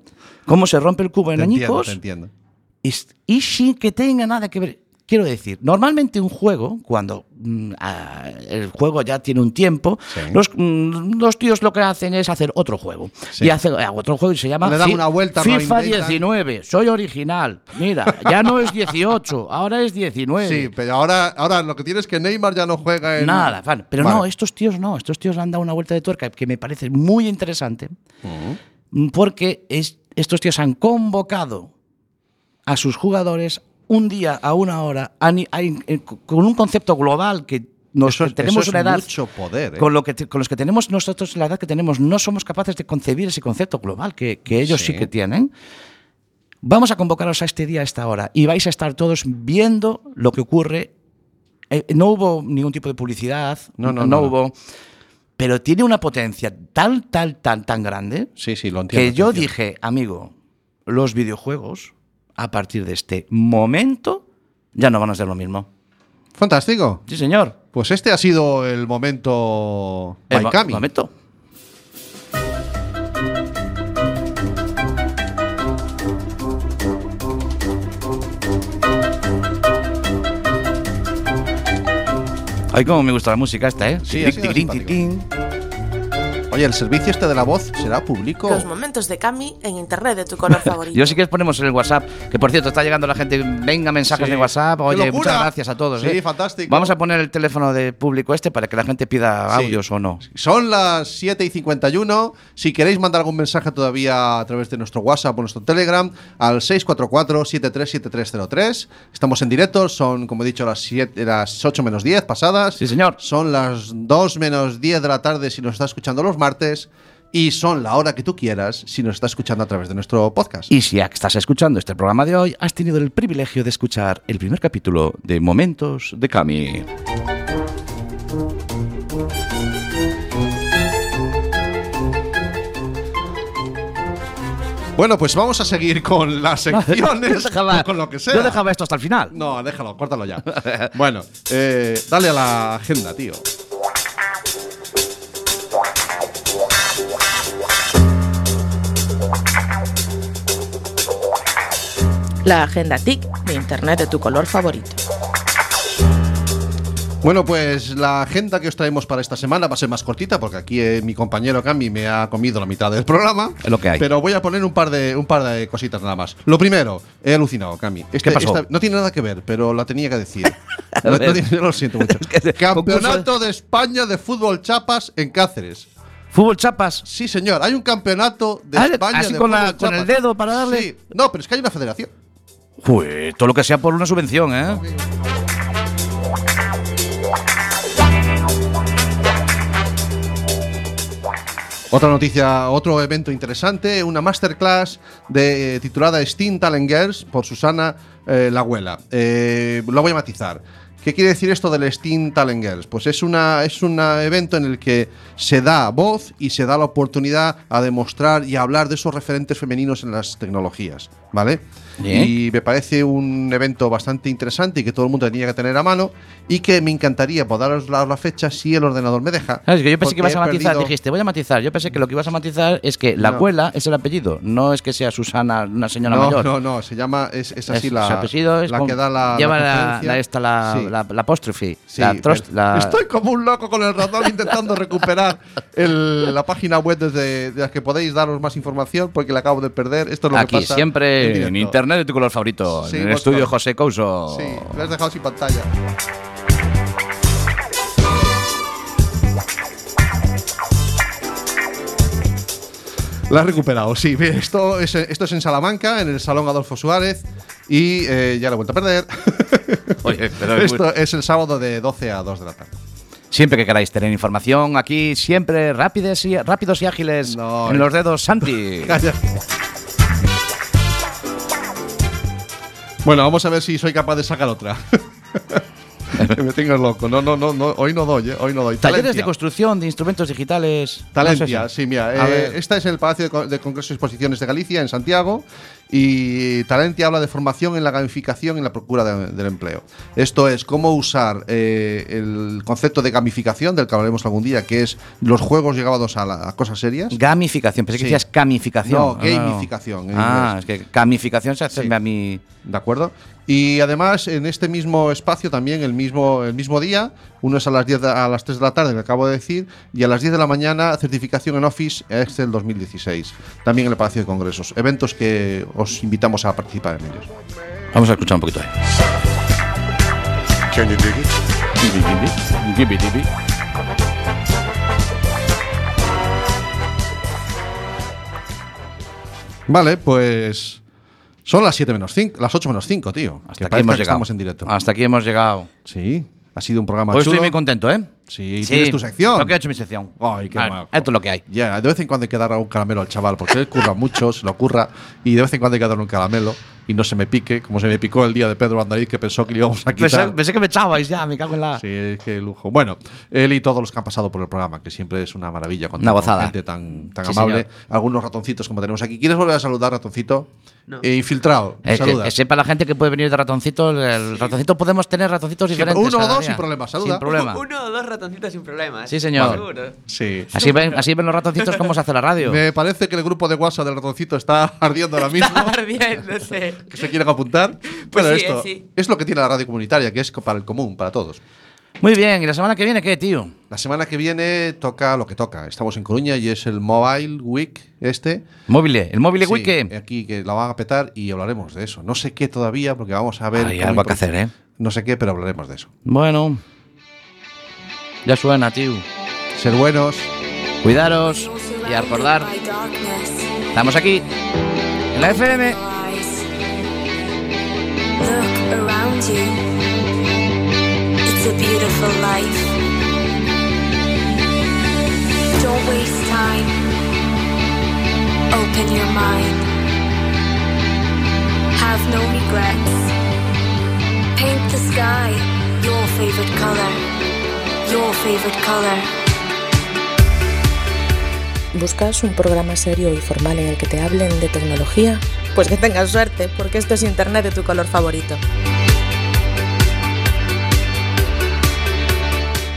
[SPEAKER 6] Cómo se rompe el cubo en
[SPEAKER 5] Te entiendo,
[SPEAKER 6] añicos
[SPEAKER 5] te entiendo.
[SPEAKER 6] y, y sin que tenga nada que ver. Quiero decir, normalmente un juego, cuando mm, ah, el juego ya tiene un tiempo, los, mm, los tíos lo que hacen es hacer otro juego. Y hacen ah, otro juego y se llama
[SPEAKER 5] Le dan
[SPEAKER 6] Fi-
[SPEAKER 5] una vuelta, lo
[SPEAKER 6] FIFA
[SPEAKER 5] inventan.
[SPEAKER 6] 19. Soy original. Mira, ya no es 18, ahora es 19.
[SPEAKER 5] Sí, pero ahora, ahora lo que tienes es que Neymar ya no juega en.
[SPEAKER 6] Nada, fan. Pero
[SPEAKER 5] Vale.
[SPEAKER 6] no, estos tíos no, estos tíos le han dado una vuelta de tuerca que me parece muy interesante, porque es- estos tíos han convocado a sus jugadores un día a una hora a ni- a in- eh, co- con un concepto global que nos que tenemos
[SPEAKER 5] Eso
[SPEAKER 6] una
[SPEAKER 5] es
[SPEAKER 6] edad
[SPEAKER 5] mucho poder. ¿eh?
[SPEAKER 6] con, lo que te- con los que tenemos nosotros la edad que tenemos, no somos capaces de concebir ese concepto global que, que ellos sí.
[SPEAKER 5] Sí.
[SPEAKER 6] que tienen. Vamos a convocaros a este día, a esta hora, y vais a estar todos viendo lo que ocurre. Eh, no hubo ningún tipo de publicidad,
[SPEAKER 5] No, no, no, no.
[SPEAKER 6] hubo. Pero tiene una potencia tan, tan, tan, tan grande
[SPEAKER 5] Sí, sí, lo entiendo.
[SPEAKER 6] que yo
[SPEAKER 5] te entiendo.
[SPEAKER 6] dije, amigo, los videojuegos, a partir de este momento, ya no van a ser lo mismo.
[SPEAKER 5] Fantástico.
[SPEAKER 6] Sí, señor.
[SPEAKER 5] Pues este ha sido el momento.
[SPEAKER 6] El mo-
[SPEAKER 5] Baikami.
[SPEAKER 6] momento. Ay, cómo me gusta la música esta, ¿eh?
[SPEAKER 5] Sí,
[SPEAKER 6] Tic,
[SPEAKER 5] ha sido
[SPEAKER 6] tic, tic,
[SPEAKER 5] simpático.
[SPEAKER 6] tic,
[SPEAKER 5] Oye, el servicio este de la voz será público.
[SPEAKER 16] Los momentos de Cami en internet de tu color
[SPEAKER 6] tic.
[SPEAKER 16] favorito.
[SPEAKER 6] Yo sí que os ponemos en el WhatsApp, que por cierto está llegando la gente, venga mensajes
[SPEAKER 5] Sí.
[SPEAKER 6] de WhatsApp,
[SPEAKER 5] ¡Qué
[SPEAKER 6] oye,
[SPEAKER 5] locura!
[SPEAKER 6] muchas gracias a todos.
[SPEAKER 5] Sí,
[SPEAKER 6] ¿eh?
[SPEAKER 5] fantástico.
[SPEAKER 6] Vamos a poner el teléfono de público este para que la gente pida
[SPEAKER 5] Sí.
[SPEAKER 6] audios o no.
[SPEAKER 5] Son las 7 y 51. Si queréis mandar algún mensaje todavía a través de nuestro WhatsApp o nuestro Telegram, al 644-737303. Estamos en directo, son, como he dicho, las, 7, las 8 menos 10 pasadas. Sí,
[SPEAKER 6] señor.
[SPEAKER 5] Son las 2 menos 10 de la tarde si nos está escuchando los martes. Y son la hora que tú quieras si nos está escuchando a través de nuestro podcast.
[SPEAKER 6] Y si estás escuchando este programa de hoy, has tenido el privilegio de escuchar el primer capítulo de Momentos de Cami.
[SPEAKER 5] Bueno, pues vamos a seguir con las secciones,
[SPEAKER 6] Yo dejaba-
[SPEAKER 5] o con lo que sea.
[SPEAKER 6] yo dejaba esto hasta el final.
[SPEAKER 5] No, déjalo, córtalo ya. bueno, eh, dale a la agenda, tío.
[SPEAKER 4] La agenda TIC de Internet de tu color favorito.
[SPEAKER 5] Bueno, pues la agenda que os traemos para esta semana va a ser más cortita porque aquí eh, mi compañero Cami me ha comido la mitad del programa.
[SPEAKER 6] Es lo que hay.
[SPEAKER 5] Pero voy a poner un par de un par de cositas nada más. Lo primero, he alucinado, Cami. Este-
[SPEAKER 6] pasó?
[SPEAKER 5] no tiene nada que ver, pero la tenía que decir. No- no
[SPEAKER 6] ver.
[SPEAKER 5] tiene- lo siento mucho. Campeonato de España de fútbol chapas en Cáceres.
[SPEAKER 6] ¿Fútbol chapas?
[SPEAKER 5] Sí, señor. Hay un campeonato de
[SPEAKER 6] Ah,
[SPEAKER 5] España
[SPEAKER 6] así
[SPEAKER 5] de
[SPEAKER 6] con la-
[SPEAKER 5] fútbol
[SPEAKER 6] con el
[SPEAKER 5] chapas.
[SPEAKER 6] dedo para darle.
[SPEAKER 5] Sí. No, pero es que hay una federación.
[SPEAKER 6] Pues todo lo que sea por una subvención, ¿eh?
[SPEAKER 5] Otra noticia, otro evento interesante, una masterclass de, eh, titulada Steam Talent Girls por Susana eh, la abuela. Eh, lo voy a matizar. ¿Qué quiere decir esto del Steam Talent Girls? Pues es un es una evento en el que se da voz y se da la oportunidad a demostrar y a hablar de esos referentes femeninos en las tecnologías, ¿vale?
[SPEAKER 6] Bien.
[SPEAKER 5] Y me parece un evento bastante interesante y que todo el mundo tenía que tener a mano y que me encantaría por daros la, la fecha si el ordenador me deja.
[SPEAKER 6] Claro, es que yo pensé que
[SPEAKER 5] porque
[SPEAKER 6] ibas a
[SPEAKER 5] he
[SPEAKER 6] matizar,
[SPEAKER 5] perdido-
[SPEAKER 6] dijiste, voy a matizar. Yo pensé que lo que ibas a matizar es que la
[SPEAKER 5] No.
[SPEAKER 6] abuela es el apellido, no es que sea Susana, una señora
[SPEAKER 5] no,
[SPEAKER 6] mayor.
[SPEAKER 5] No, no, se llama, es, es así
[SPEAKER 6] Es-
[SPEAKER 5] la,
[SPEAKER 6] su apellido es
[SPEAKER 5] la
[SPEAKER 6] con-
[SPEAKER 5] que da la.
[SPEAKER 6] lleva la-
[SPEAKER 5] conferencia.
[SPEAKER 6] la esta, la-
[SPEAKER 5] Sí,
[SPEAKER 6] la- la apóstrofe,
[SPEAKER 5] sí,
[SPEAKER 6] la trost-
[SPEAKER 5] pero-
[SPEAKER 6] la-
[SPEAKER 5] Estoy como un loco con el ratón intentando recuperar el- la página web desde de las que podéis daros más información porque la acabo de perder. Esto es lo que
[SPEAKER 6] Aquí
[SPEAKER 5] pasa
[SPEAKER 6] siempre en,
[SPEAKER 5] directo.
[SPEAKER 6] internet de tu color favorito,
[SPEAKER 5] Sí,
[SPEAKER 6] en el
[SPEAKER 5] vos
[SPEAKER 6] estudio
[SPEAKER 5] sabés.
[SPEAKER 6] José Couso.
[SPEAKER 5] Sí, lo has dejado sin pantalla. La has recuperado, sí. Bien, Esto es, esto es en Salamanca, en el Salón Adolfo Suárez. Y eh, ya la he vuelto a perder.
[SPEAKER 6] Oye, pero es
[SPEAKER 5] esto
[SPEAKER 6] muy-
[SPEAKER 5] es el sábado de 12 a 2 de la tarde.
[SPEAKER 6] Siempre que queráis tener información aquí, siempre rápidos y, rápidos y ágiles en
[SPEAKER 5] eh.
[SPEAKER 6] los dedos, Santi.
[SPEAKER 5] Calla. Bueno, vamos a ver si soy capaz de sacar otra. Que me tengas loco. No, no, no, no. Hoy no doy, eh, hoy no doy.
[SPEAKER 6] Talleres de
[SPEAKER 5] Talentia.
[SPEAKER 6] construcción de instrumentos digitales.
[SPEAKER 5] Talentia,
[SPEAKER 6] No sé si-
[SPEAKER 5] sí, mira.
[SPEAKER 6] A
[SPEAKER 5] eh,
[SPEAKER 6] ver.
[SPEAKER 5] esta es en el Palacio de, Co- de Congresos y Exposiciones de Galicia, en Santiago. Y Talentia habla de formación en la gamificación y en la procura de- del empleo. Esto es cómo usar eh, el concepto de gamificación, del que hablaremos algún día, que es los juegos llegados a, la- a cosas serias.
[SPEAKER 6] Gamificación, pensé
[SPEAKER 5] Sí.
[SPEAKER 6] que decías camificación.
[SPEAKER 5] No, gamificación, en
[SPEAKER 6] Ah, es
[SPEAKER 5] inglés.
[SPEAKER 6] que gamificación se hace a mí.
[SPEAKER 5] ¿De acuerdo? Y además, en este mismo espacio también, el mismo, el mismo día, uno es a las, 10 de- a las 3 de la tarde, que acabo de decir, y a las 10 de la mañana, certificación en Office Excel 2016, también en el Palacio de Congresos. Eventos que os invitamos a participar en ellos.
[SPEAKER 6] Vamos a escuchar un poquito ahí.
[SPEAKER 5] Can you dig it? Vale, pues son las 7 menos 5, las 8 menos 5, tío. Que
[SPEAKER 6] Hasta aquí
[SPEAKER 5] parezca
[SPEAKER 6] hemos
[SPEAKER 5] que
[SPEAKER 6] llegado.
[SPEAKER 5] Estamos en directo.
[SPEAKER 6] Hasta aquí hemos llegado.
[SPEAKER 5] Sí, ha sido un programa
[SPEAKER 6] Hoy
[SPEAKER 5] chulo.
[SPEAKER 6] estoy muy contento, ¿eh?
[SPEAKER 5] Sí, tienes tu sección.
[SPEAKER 6] Lo que he hecho mi sección.
[SPEAKER 5] Ay, qué
[SPEAKER 6] Vale,
[SPEAKER 5] maco.
[SPEAKER 6] Esto es lo que hay.
[SPEAKER 5] Ya, de vez en cuando hay que dar un caramelo al chaval, porque él curra mucho, se lo curra, y de vez en cuando hay que darle un caramelo y no se me pique, como se me picó el día de Pedro Andariz, que pensó que le íbamos a
[SPEAKER 14] Pues
[SPEAKER 6] Pensé,
[SPEAKER 5] quitar.
[SPEAKER 6] pensé que me echabais ya, me cago en la.
[SPEAKER 5] Sí, es que lujo. Bueno, él y todos los que han pasado por el programa, que siempre es una maravilla contar
[SPEAKER 6] Una
[SPEAKER 5] con
[SPEAKER 6] gozada.
[SPEAKER 5] gente tan, tan
[SPEAKER 6] Sí,
[SPEAKER 5] amable.
[SPEAKER 6] señor.
[SPEAKER 5] Algunos ratoncitos como tenemos aquí. ¿Quieres volver a saludar, ratoncito? Eh, infiltrado,
[SPEAKER 6] Eh, que,
[SPEAKER 5] saluda.
[SPEAKER 6] que sepa la gente que puede venir de ratoncito. El ratoncito podemos tener ratoncitos
[SPEAKER 5] Siempre
[SPEAKER 6] diferentes.
[SPEAKER 5] uno o
[SPEAKER 6] cada
[SPEAKER 5] dos
[SPEAKER 6] día.
[SPEAKER 5] sin problema, saluda.
[SPEAKER 6] Sin problema.
[SPEAKER 14] Uno o dos ratoncitos sin problemas.
[SPEAKER 6] Sí, señor.
[SPEAKER 14] Seguro.
[SPEAKER 5] Sí.
[SPEAKER 6] Así ven, así ven los ratoncitos cómo se hace la radio.
[SPEAKER 5] Me parece que el grupo de WhatsApp del ratoncito está ardiendo ahora mismo.
[SPEAKER 14] Ardiendo, sé.
[SPEAKER 5] que se quieran apuntar. Bueno,
[SPEAKER 14] sí,
[SPEAKER 5] esto
[SPEAKER 14] eh, sí.
[SPEAKER 5] es lo que tiene la radio comunitaria, que es co- para el común, para todos.
[SPEAKER 6] Muy bien, ¿y la semana que viene qué, tío?
[SPEAKER 5] La semana que viene toca lo que toca. Estamos en Coruña y es el Mobile Week este.
[SPEAKER 6] Móvile, el móvile
[SPEAKER 5] Sí, eh.
[SPEAKER 6] week. ¿qué?
[SPEAKER 5] Aquí que la van a petar y hablaremos de eso. No sé qué todavía porque vamos a ver.
[SPEAKER 6] Hay
[SPEAKER 5] cómo
[SPEAKER 6] algo que
[SPEAKER 5] impro-
[SPEAKER 6] hacer, ¿eh?
[SPEAKER 5] No sé qué, pero hablaremos de eso.
[SPEAKER 6] Bueno. Ya suena, tío.
[SPEAKER 5] Ser buenos.
[SPEAKER 6] Cuidaros y a recordar. Estamos aquí. En la FM.
[SPEAKER 3] Look around you. It's a beautiful life. Don't waste time. Open your mind. Have no regrets. Paint the sky your favorite color. Your favorite color.
[SPEAKER 16] ¿Buscas un programa serio y formal en el que te hablen de tecnología?
[SPEAKER 4] Pues que tengas suerte, porque esto es Internet de tu color favorito.